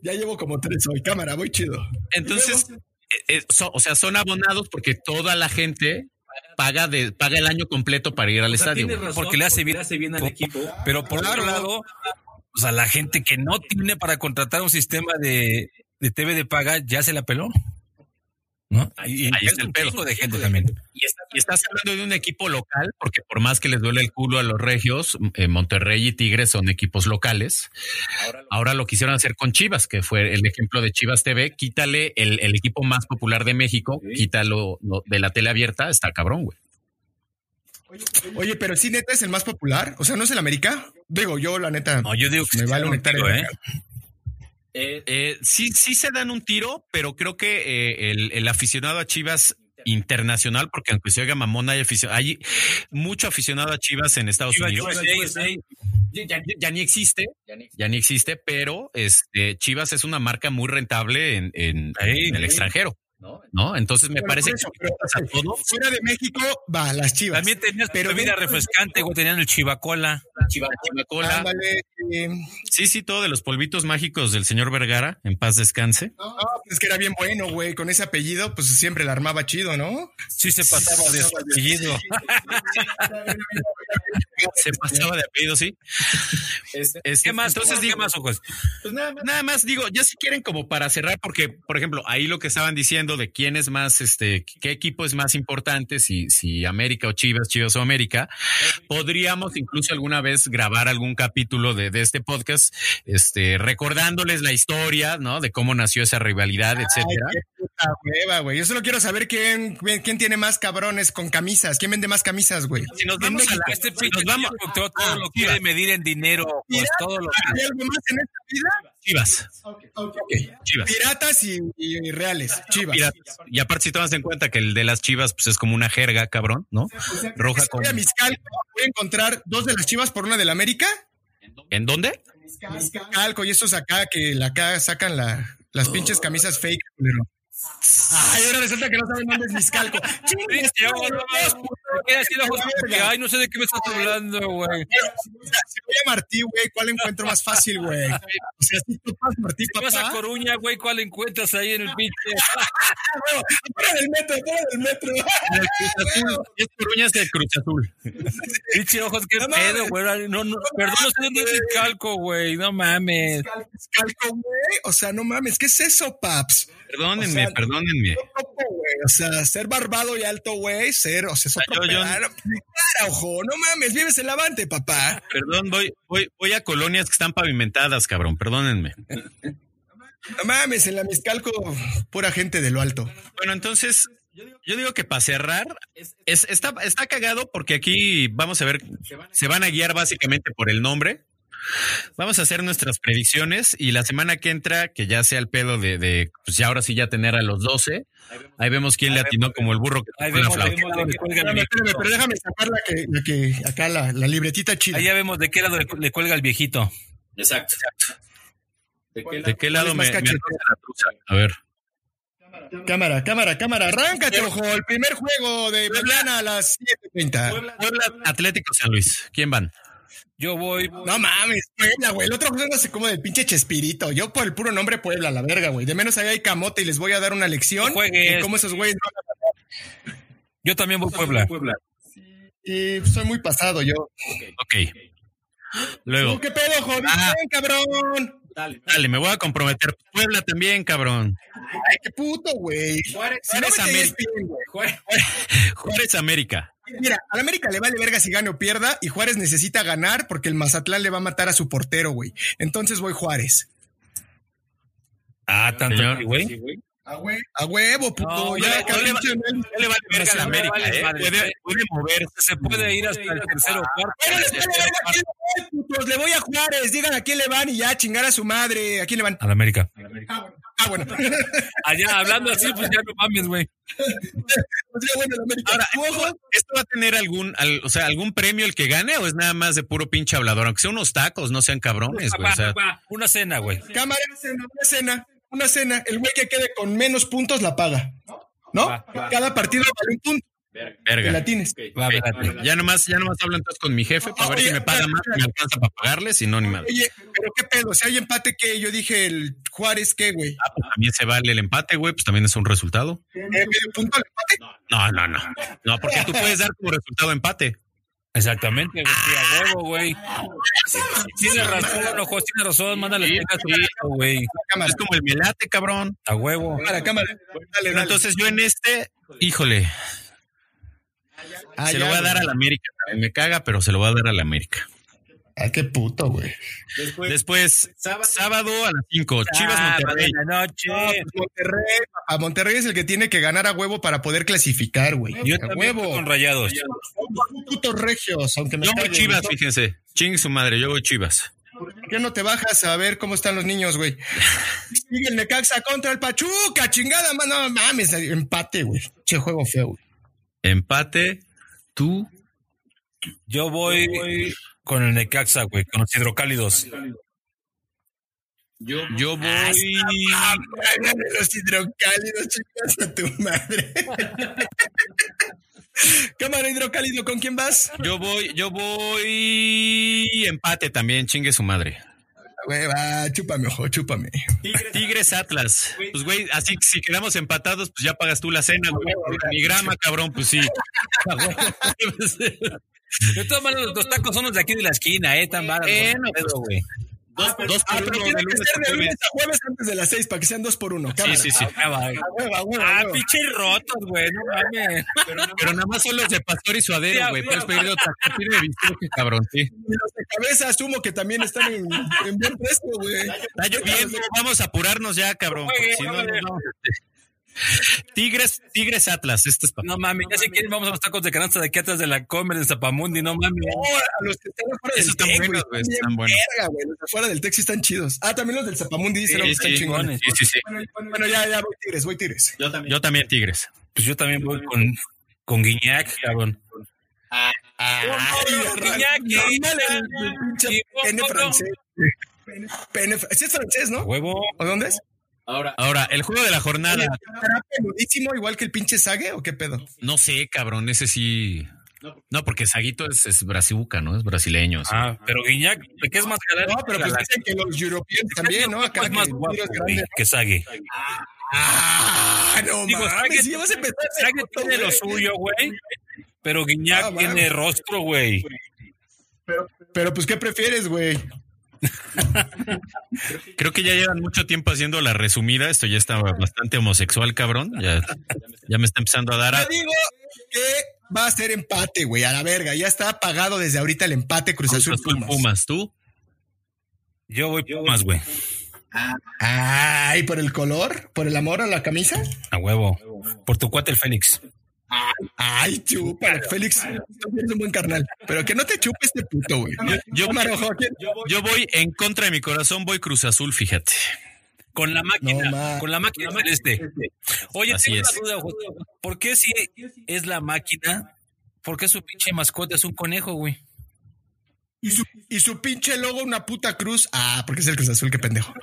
Speaker 3: Ya llevo como tres hoy. Cámara, voy chido.
Speaker 2: Entonces... Eh, eh, so, o sea, son abonados porque toda la gente paga de paga el año completo para ir al o sea, estadio.
Speaker 1: Razón, porque le hace bien, le hace bien al equipo. Pero por claro. otro lado, o sea, la gente que no tiene para contratar un sistema de, de TV de paga ya se la peló. ¿No?
Speaker 2: Ahí, ahí está el pelo de gente también. Y, está, y estás hablando de un equipo local, porque por más que les duele el culo a los regios, eh, Monterrey y Tigres son equipos locales. Ahora lo, Ahora lo, quisieron hacer con Chivas, que fue el ejemplo de Chivas TV. Quítale el, el equipo más popular de México, ¿Sí? quítalo lo, de la tele abierta, está cabrón, güey.
Speaker 3: Oye, pero si ¿sí, neta es el más popular, o sea, ¿no es el América? Digo, yo la neta.
Speaker 1: No, yo digo que
Speaker 3: me vale un
Speaker 1: hectárea. ¿eh?
Speaker 4: Eh,
Speaker 2: Eh, sí, sí se dan un tiro, pero creo que eh, el, el aficionado a Chivas internacional, porque aunque se oiga mamón, hay, aficio- hay mucho aficionado a Chivas en Estados
Speaker 1: Chivas
Speaker 2: Unidos.
Speaker 1: USA,
Speaker 4: ya, ya-
Speaker 2: Ya ni existe,
Speaker 4: ya ni-
Speaker 2: ya ni existe, pero este, Chivas es una marca muy rentable en, en- en el extranjero,
Speaker 4: ¿no?
Speaker 2: ¿no? Entonces me
Speaker 3: Bueno,
Speaker 2: parece
Speaker 3: por eso,
Speaker 2: que
Speaker 3: pero-
Speaker 2: a todos.
Speaker 3: Fuera de México, va, las chivas.
Speaker 1: También tenías
Speaker 3: Pero
Speaker 1: bebida
Speaker 3: dentro-
Speaker 1: refrescante, güey, tenían el chivacola.
Speaker 4: Chivas,
Speaker 2: Coca-Cola,
Speaker 3: Ándale, eh,
Speaker 2: sí, sí, todo de los polvitos mágicos del señor Vergara, en paz descanse.
Speaker 3: no, pues es que era bien bueno, güey. Con ese apellido, pues siempre la armaba chido, ¿no?
Speaker 1: Sí se pasaba de su apellido.
Speaker 2: Se pasaba de apellido, sí.
Speaker 4: este,
Speaker 2: Este,
Speaker 1: ¿Qué más? Entonces,
Speaker 2: Entonces,
Speaker 1: ¿qué
Speaker 2: digo,
Speaker 1: más, ojos?
Speaker 4: pues nada más.
Speaker 2: Nada más digo, ya si quieren como para cerrar, porque por ejemplo, ahí lo que estaban diciendo de quién es más, este, qué equipo es más importante, si, si América o Chivas, Chivas o América, podríamos incluso alguna vez grabar algún capítulo de, de este podcast, este, recordándoles la historia, ¿no? De cómo nació esa rivalidad, etcétera.
Speaker 3: Ay, qué puta hueva, güey. Yo solo quiero saber quién, quién tiene más cabrones con camisas. ¿Quién vende más camisas, güey?
Speaker 2: Si nos
Speaker 1: En
Speaker 2: vamos a
Speaker 1: México,
Speaker 2: la-
Speaker 1: este
Speaker 2: nos
Speaker 1: pinche
Speaker 2: vamos-
Speaker 1: tipo, todo, todo
Speaker 2: Ah,
Speaker 1: lo
Speaker 2: Chivas.
Speaker 1: quiere medir en dinero, pues
Speaker 3: Mira.
Speaker 1: todo lo
Speaker 2: Ah.
Speaker 3: ¿Hay algo más en esta vida?
Speaker 2: Chivas, Chivas.
Speaker 3: Piratas y, y reales, chivas.
Speaker 2: Ah, Piratas. Y aparte, si tomas en cuenta que el de las Chivas, pues es como una jerga, cabrón, ¿no? Roja
Speaker 3: Voy
Speaker 2: con.
Speaker 3: a mis cálculos, voy a encontrar dos de las chivas por una del América.
Speaker 2: ¿En dónde?
Speaker 3: Calco y estos acá que la- acá sacan la- las pinches camisas fake. culero. Ay, ahora resulta que no saben dónde es Miscalco. Chingue,
Speaker 1: Triste, ojo, no más, puto, ¿qué decir, ojos? Porque, ay, no sé de qué me estás hablando, güey.
Speaker 3: Si voy a Martí, güey, ¿cuál encuentro más fácil, güey? O sea, si tú vas Martí,
Speaker 1: Si vas a
Speaker 3: papá.
Speaker 1: Coruña, güey, ¿cuál encuentras ahí en el pinche?
Speaker 3: Fuera del metro, fuera del metro.
Speaker 2: En el
Speaker 3: Ah,
Speaker 2: Cruz Azul. Es Coruña, es el Cruz Azul.
Speaker 1: Pinche ojos, qué pedo, güey. No, no, perdón, no sé dónde es el calco, güey. No mames.
Speaker 3: Miscalco, güey. O sea, no mames, ¿qué es eso, paps?
Speaker 2: Perdónenme,
Speaker 3: O sea,
Speaker 2: perdónenme.
Speaker 3: Ojo, güey, O sea, ser barbado y alto, güey, ser, o sea, es otro
Speaker 2: yo- yo-
Speaker 3: pedo. Cara, ojo, no mames, vives en la Avante, papá.
Speaker 2: Perdón, voy, voy, voy a colonias que están pavimentadas, cabrón. Perdónenme.
Speaker 3: No mames, en la Miscalco, pura gente de lo alto.
Speaker 2: Bueno, entonces, yo digo que para cerrar, es, está, está cagado porque aquí vamos a ver, se van a guiar básicamente por el nombre. Vamos a hacer nuestras predicciones y la semana que entra, que ya sea el pedo de, de pues ya ahora sí ya tener a los 12, ahí vemos quién le atinó como el burro que
Speaker 1: Ahí
Speaker 2: tocó
Speaker 1: vemos,
Speaker 2: la
Speaker 1: ahí
Speaker 2: flauta.
Speaker 1: vemos dónde cuelga el
Speaker 3: Espérame,
Speaker 1: viejito.
Speaker 3: espérame, pero déjame sacar la que, la que acá la, la libretita chida.
Speaker 1: Ahí ya vemos de qué lado le, le cuelga el viejito.
Speaker 4: Exacto. ¿De qué
Speaker 2: ¿De qué lado
Speaker 3: es
Speaker 2: me,
Speaker 3: más
Speaker 2: me
Speaker 3: cachete?
Speaker 2: arroja la truza? A ver.
Speaker 3: Cámara, cámara, cámara, arráncate, ojo, el primer juego de Puebla a las 7.30.
Speaker 2: Puebla, Atlético San Luis. ¿Quién van?
Speaker 1: Yo voy.
Speaker 3: No mames, Puebla, güey. El otro juego no sé cómo del pinche Chespirito. Yo por el puro nombre Puebla, la verga, güey. De menos ahí hay camote y les voy a dar una lección.
Speaker 1: No juegues.
Speaker 3: de cómo esos güeyes no van a
Speaker 1: Yo también voy a Puebla.
Speaker 3: Y soy muy pasado yo.
Speaker 2: Ok. Luego,
Speaker 3: ¿Tú qué pedo, joven?
Speaker 2: Ah.
Speaker 3: cabrón!
Speaker 4: Dale.
Speaker 2: dale, me voy a comprometer. Puebla también, cabrón.
Speaker 3: Ay, qué puto, güey.
Speaker 4: Juárez,
Speaker 3: Si no
Speaker 2: Eres
Speaker 3: me tenías
Speaker 2: América.
Speaker 3: bien, güey.
Speaker 4: Juárez.
Speaker 2: Juárez América.
Speaker 3: Mira, al América le vale verga si gane o pierda y Juárez necesita ganar porque el Mazatlán le va a matar a su portero, güey. Entonces voy Juárez.
Speaker 1: Ah, tanto,
Speaker 2: Señor.
Speaker 1: así, güey.
Speaker 3: A huevo, a huevo puto.
Speaker 1: No,
Speaker 3: ya,
Speaker 2: no, no le va-
Speaker 3: pinche Mel-
Speaker 2: No le vale verga a la América,
Speaker 1: Vale,
Speaker 2: ¿eh?
Speaker 1: vale.
Speaker 2: Puede, puede moverse.
Speaker 1: Se puede ir hasta el tercero o cuarto.
Speaker 3: Bueno, les vale verga a quién le voy, putos. Le voy a Juárez. Digan a quién le van y ya chingar a su madre. ¿A quién le van?
Speaker 1: A la América.
Speaker 3: Ah, bueno. pues ya,
Speaker 1: Allá, hablando así, pues ya no mames, güey.
Speaker 3: bueno, el América.
Speaker 2: Ahora,
Speaker 3: Tú, ojo,
Speaker 2: ¿esto va a tener algún, al- o sea, algún premio el que gane o es nada más de puro pinche hablador? Aunque sea unos tacos, no sean cabrones, güey.
Speaker 1: Va,
Speaker 2: o sea,
Speaker 1: va, Una cena, güey.
Speaker 3: cámara, una cena, una cena, una cena. El güey que quede con menos puntos la paga. ¿No?
Speaker 1: Va,
Speaker 3: Cada partido vale un punto. que la
Speaker 2: verga.
Speaker 3: tienes.
Speaker 1: Va,
Speaker 2: Ok,
Speaker 1: espérate.
Speaker 2: Ya nomás, ya nomás hablo entonces con mi jefe para ver
Speaker 3: Oye,
Speaker 2: si me paga
Speaker 3: espera,
Speaker 2: más, si me alcanza para pagarle, si no, ni madre.
Speaker 3: Oye, pero qué pedo, si hay empate que yo dije el Juárez qué, güey.
Speaker 2: Ah, pues también se vale el empate, güey, pues también es un resultado.
Speaker 3: Eh, medio punto al empate.
Speaker 2: No, no, no. No, porque tú puedes dar como resultado empate.
Speaker 1: Exactamente, güey. sí, a huevo, güey. Tienes razón, ojo, tienes razón. Mándale
Speaker 2: Sí,
Speaker 1: a tu
Speaker 2: sí.
Speaker 1: hijo, güey.
Speaker 3: Cámara,
Speaker 2: Es como el melate, cabrón.
Speaker 1: A huevo.
Speaker 3: cámara, cámara. Dale,
Speaker 2: Pero
Speaker 3: dale.
Speaker 2: entonces yo en este, híjole,
Speaker 3: Ah,
Speaker 2: se
Speaker 3: ya,
Speaker 2: lo voy a
Speaker 3: güey.
Speaker 2: dar a la América. Me caga, pero se lo voy a dar a la América.
Speaker 3: Ah, qué puto, güey.
Speaker 4: Después,
Speaker 2: Después,
Speaker 4: sábado,
Speaker 2: sábado a las 5, Chivas
Speaker 1: Ah,
Speaker 2: Monterrey.
Speaker 1: Buenas
Speaker 3: pues,
Speaker 1: noches.
Speaker 3: Monterrey, a Monterrey es el que tiene que ganar a huevo para poder clasificar, güey.
Speaker 1: Yo
Speaker 3: a
Speaker 1: también
Speaker 3: huevo.
Speaker 1: estoy con rayados.
Speaker 3: Putos regios, aunque me
Speaker 2: Yo voy
Speaker 3: caigan.
Speaker 2: Chivas, fíjense. Ching su madre, yo voy Chivas.
Speaker 3: ¿Por qué no te bajas a ver cómo están los niños, güey? Sigue el Necaxa contra el Pachuca, chingada, mano, mames, empate, güey. Che juego feo, güey.
Speaker 2: Empate, tú.
Speaker 1: Yo voy con el Necaxa, güey, con los hidrocálidos.
Speaker 2: Yo, yo voy.
Speaker 3: Ah, mames, los hidrocálidos, chingas a tu madre. Cámara hidrocálido, ¿con quién vas?
Speaker 2: Yo voy, yo voy. Empate también, chingue su madre.
Speaker 3: Güey, va, chúpame, ojo, chúpame.
Speaker 2: Tigres Atlas. Pues, güey, así que si quedamos empatados, pues ya pagas tú la cena, güey. Mi grama, cabrón, pues sí.
Speaker 1: De todas maneras, los, los tacos son los de aquí de la esquina, ¿eh? Tan baratos.
Speaker 2: Eh, no,
Speaker 1: Pero, güey.
Speaker 2: Dos, dos
Speaker 3: Ah,
Speaker 2: por
Speaker 3: pero
Speaker 2: uno de
Speaker 3: tiene que
Speaker 2: lunes
Speaker 3: ser
Speaker 2: a
Speaker 3: de lunes
Speaker 2: jueves.
Speaker 3: a jueves antes de las seis, para que sean dos por uno.
Speaker 2: Sí,
Speaker 3: Cámara.
Speaker 2: sí, sí.
Speaker 1: Ah, va, güey.
Speaker 3: A huevo, a huevo, a
Speaker 1: Ah,
Speaker 3: huevo.
Speaker 1: pinche rotos, güey. No mames.
Speaker 2: Pero nada más son los de pastor y suadero, güey. Puedes pedir otra Pide de bistec, cabrón, sí.
Speaker 3: Y los de cabeza asumo que también están en, en buen precio, güey.
Speaker 2: Está lloviendo, vamos a apurarnos ya, cabrón. porque si no, nos vamos a- Tigres, Tigres Atlas, este es para.
Speaker 1: No mames. Ya si quieren, vamos a los tacos de canasta de aquí atrás de la Comer de Zapamundi. No mames.
Speaker 3: Ahora, los que están afuera del
Speaker 2: Esos están
Speaker 3: Tec,
Speaker 2: buenos, güey,
Speaker 3: bien
Speaker 2: están buenos.
Speaker 3: verga, güey. Los de afuera del Tec sí están chidos. Ah, también los del Zapamundi dicen que
Speaker 2: Sí,
Speaker 3: están
Speaker 2: sí,
Speaker 3: chingones.
Speaker 2: sí, sí, sí.
Speaker 3: Bueno, ya, ya, voy Tigres, voy Tigres.
Speaker 4: Yo también.
Speaker 2: Yo también Tigres.
Speaker 1: Pues yo también voy con, con Guiñac, cabrón. Ah.
Speaker 3: Ay,
Speaker 1: Guiñac,
Speaker 3: normal, el pinche
Speaker 1: Sí,
Speaker 3: Pene
Speaker 1: ¿cómo no?
Speaker 3: francés. Pene, fr- sí es francés, ¿no?
Speaker 1: Huevo.
Speaker 3: ¿O dónde es?
Speaker 4: Ahora,
Speaker 2: Ahora, el juego de la
Speaker 3: Ah.
Speaker 2: jornada.
Speaker 3: ¿Estará peludísimo igual que el pinche Sague o qué pedo?
Speaker 2: No sé, cabrón, ese sí. No, porque Saguito es, es brasibuca, ¿no? Es brasileño. sí.
Speaker 1: Ah, pero Guiñac, ¿de qué es más galán?
Speaker 3: No, pero pues
Speaker 1: Galán.
Speaker 3: dicen que los europeos también, ¿no? Acá
Speaker 1: Es más
Speaker 3: que el
Speaker 1: guapo
Speaker 3: tiro es
Speaker 1: güey,
Speaker 3: grande.
Speaker 1: que Sague.
Speaker 3: Ah, no
Speaker 1: Digo, Sague-
Speaker 3: mames, si vas a empezar a hacer
Speaker 1: Sague
Speaker 3: fotos,
Speaker 1: tiene lo
Speaker 3: güey.
Speaker 1: suyo, güey. Pero Guiñac
Speaker 3: Ah,
Speaker 1: tiene
Speaker 3: mames.
Speaker 1: rostro, güey.
Speaker 3: Pero pues, ¿qué prefieres, güey?
Speaker 2: Creo que ya llevan mucho tiempo haciendo la resumida. Esto ya está bastante homosexual, cabrón. Ya, ya me está empezando a dar.
Speaker 3: Yo
Speaker 2: a-
Speaker 3: digo que va a ser empate, güey, a la verga. Ya está pagado desde ahorita el empate Cruz
Speaker 2: Cruz
Speaker 3: Azul
Speaker 2: Azul
Speaker 3: Pumas.
Speaker 2: Pumas, tú.
Speaker 1: Yo voy Pumas, güey.
Speaker 3: Ay, por el color, por el amor a la camisa.
Speaker 1: A huevo. Por tu cuate el Félix.
Speaker 3: Ay, chupa, Félix, tú eres un buen carnal. Pero que no te chupe este puto, güey.
Speaker 2: yo-
Speaker 3: Cámara, ojo, ¿quién?
Speaker 2: Yo voy en contra de mi corazón, voy Cruz Azul, fíjate.
Speaker 1: Con la máquina,
Speaker 3: No, ma.
Speaker 1: con la máquina celeste. Oye,
Speaker 2: Así
Speaker 1: tengo
Speaker 2: es.
Speaker 1: una duda, güey. ¿por qué si es la máquina? ¿Por qué su pinche mascota es un conejo, güey?
Speaker 3: Y su, y su pinche logo, una puta cruz. Ah, porque es el Cruz Azul, qué pendejo.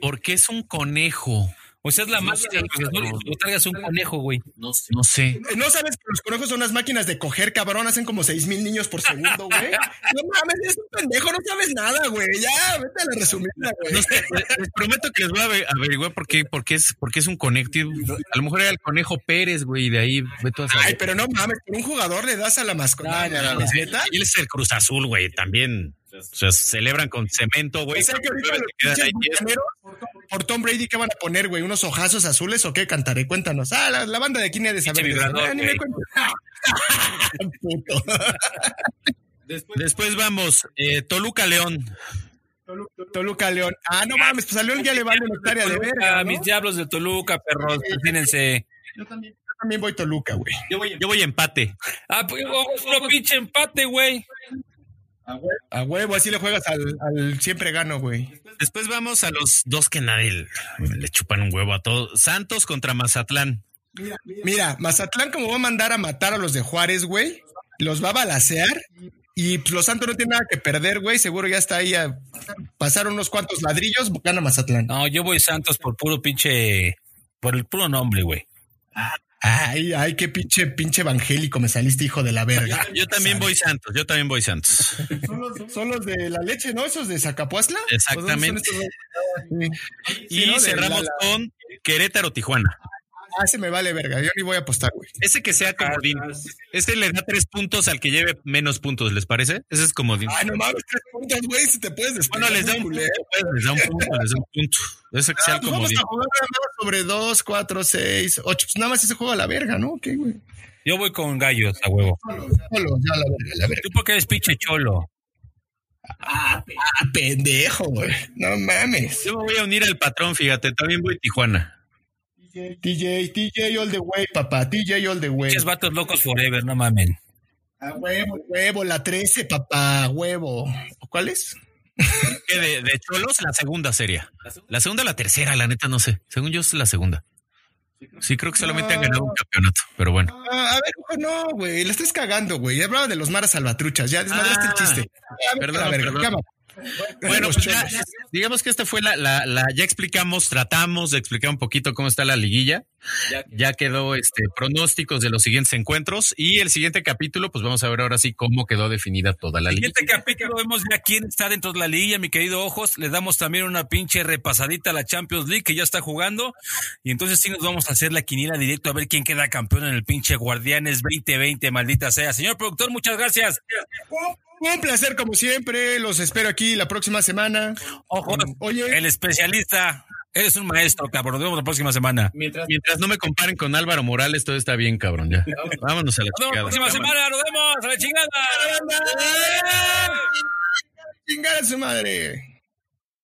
Speaker 2: Porque es un conejo.
Speaker 1: O sea, es la máquina, pues, no, no traigas un conejo, güey.
Speaker 4: no sé.
Speaker 2: No sé.
Speaker 3: Eh, ¿No sabes que los conejos son unas máquinas de coger, cabrón? Hacen como seis mil niños por segundo, güey. No mames, eres un pendejo, no sabes nada, güey. Ya, vete a la resumida, güey.
Speaker 2: No sé, les prometo que les voy a ave- averiguar por qué, por qué es, por qué es un conectivo. A lo mejor era el conejo Pérez, güey, y de ahí ve tú a saber.
Speaker 3: Ay, pero no mames, por un jugador le das a la mascota.
Speaker 1: No, no,
Speaker 3: ¿La
Speaker 1: no, no.
Speaker 3: neta?
Speaker 2: Y él es el Cruz Azul, güey, también. O sea, celebran con cemento, güey.
Speaker 3: O sea que ahorita
Speaker 2: Te
Speaker 3: los
Speaker 2: quedas ahí
Speaker 3: pinches
Speaker 2: y es-
Speaker 3: bucaneros, por Tom- por Tom Brady, ¿qué van a poner, güey? ¿Unos ojazos azules o qué cantaré? Cuéntanos. Ah, la, la banda de aquí ni ha de saber.
Speaker 1: Pinche
Speaker 3: de eso.
Speaker 1: vibrador,
Speaker 3: Ah, ni me cuento. Puto.
Speaker 4: Después,
Speaker 2: Después vamos, eh, Toluca León.
Speaker 3: Toluca León. Ah, no mames, pues a León ya le vale una hectárea de verga.
Speaker 1: Ah,
Speaker 3: ¿no?
Speaker 1: mis diablos de Toluca, perros, imagínense.
Speaker 3: Yo también voy Toluca, güey.
Speaker 4: yo voy en
Speaker 2: Yo voy empate.
Speaker 1: Ah, pues, otro pinche empate, güey.
Speaker 4: a huevo.
Speaker 3: A huevo, así le juegas al, al siempre gano, güey.
Speaker 2: Después vamos a los dos que nadie le, le chupan un huevo a todos. Santos contra Mazatlán.
Speaker 3: Mira, Mazatlán, como va a mandar a matar a los de Juárez, güey, los va a balacear. Y pues, los Santos no tienen nada que perder, güey. Seguro ya está ahí a pasar unos cuantos ladrillos. Gana Mazatlán.
Speaker 1: No, yo voy Santos por puro pinche, por el puro nombre, güey.
Speaker 3: Ay, ay, qué pinche, pinche evangélico me saliste, hijo de la verga.
Speaker 2: Yo también voy Santos, yo también voy Santos.
Speaker 3: Son los de la leche, ¿no? Esos de Zacapuazla.
Speaker 2: Exactamente.
Speaker 3: ¿O dónde son estos dos? Sí,
Speaker 2: Y
Speaker 3: ¿no? este De
Speaker 2: cerramos
Speaker 3: la- la-
Speaker 2: con Querétaro Tijuana.
Speaker 3: Ah, se me vale verga. Yo ni voy a apostar, güey.
Speaker 2: Ese que sea comodín. Ese le da tres puntos al que lleve menos puntos, ¿les parece? Ese es comodín.
Speaker 3: Ah, no mames, tres puntos, güey. Si te puedes después.
Speaker 2: Bueno, les da un punto, pues, les da un punto, les da un punto. Ese que sea el
Speaker 3: Pues vamos
Speaker 2: comodín.
Speaker 3: a jugar nada más sobre 2, 4, 6, 8. Pues nada más ese juego a la verga, ¿no? Ok, güey.
Speaker 1: Yo voy con gallos, a huevo.
Speaker 3: Solo, ya a la verga, a la verga.
Speaker 1: ¿Tú por qué eres pinche cholo?
Speaker 3: Ah, pendejo, güey. No mames.
Speaker 2: Yo me voy a unir al patrón, fíjate, también voy Tijuana.
Speaker 3: TJ, TJ all the way, papá. TJ all the way.
Speaker 1: Pinches vatos locos forever, no mamen.
Speaker 3: Ah, huevo, huevo, la 13, papá, huevo. ¿Cuál es?
Speaker 2: Que de, de Cholos, la segunda serie. La segunda o la tercera, la neta, no sé. Según yo, es la segunda. Sí, creo que solamente han ganado un campeonato, pero bueno.
Speaker 3: Ah, a ver, ojo, no, güey, la estás cagando, güey. Ya hablaba de los maras salvatruchas, ya desmadraste el chiste. A ver,
Speaker 2: Ah. perdón,
Speaker 3: a ver,
Speaker 2: perdón.
Speaker 3: cámara.
Speaker 2: Bueno,
Speaker 3: Los
Speaker 2: pues ya,
Speaker 3: Cholos.
Speaker 2: digamos que esta fue la, la, la- ya explicamos, tratamos de explicar un poquito cómo está la liguilla. Ya quedó este pronósticos de los siguientes encuentros y el siguiente capítulo, pues vamos a ver ahora sí cómo quedó definida toda la liguilla.
Speaker 1: Siguiente capítulo vemos ya quién está dentro de la liguilla, mi querido Ojos. Le damos también una pinche repasadita a la Champions League que ya está jugando. Y entonces sí nos vamos a hacer la quiniela directo a ver quién queda campeón en el pinche Guardianes 2020, maldita sea. Señor productor, muchas gracias.
Speaker 3: Un placer, como siempre. Los espero aquí la próxima semana.
Speaker 1: Ojos,
Speaker 3: Oye.
Speaker 1: el especialista. Eres un maestro, cabrón. Nos vemos la próxima semana.
Speaker 4: Mientras
Speaker 2: Mientras no me comparen con Álvaro Morales, todo está bien, cabrón. Ya. Vámonos a la
Speaker 1: Nos vemos la próxima
Speaker 2: chingada.
Speaker 1: semana. Nos vemos. A la chingada.
Speaker 3: ¡Chingar a su madre!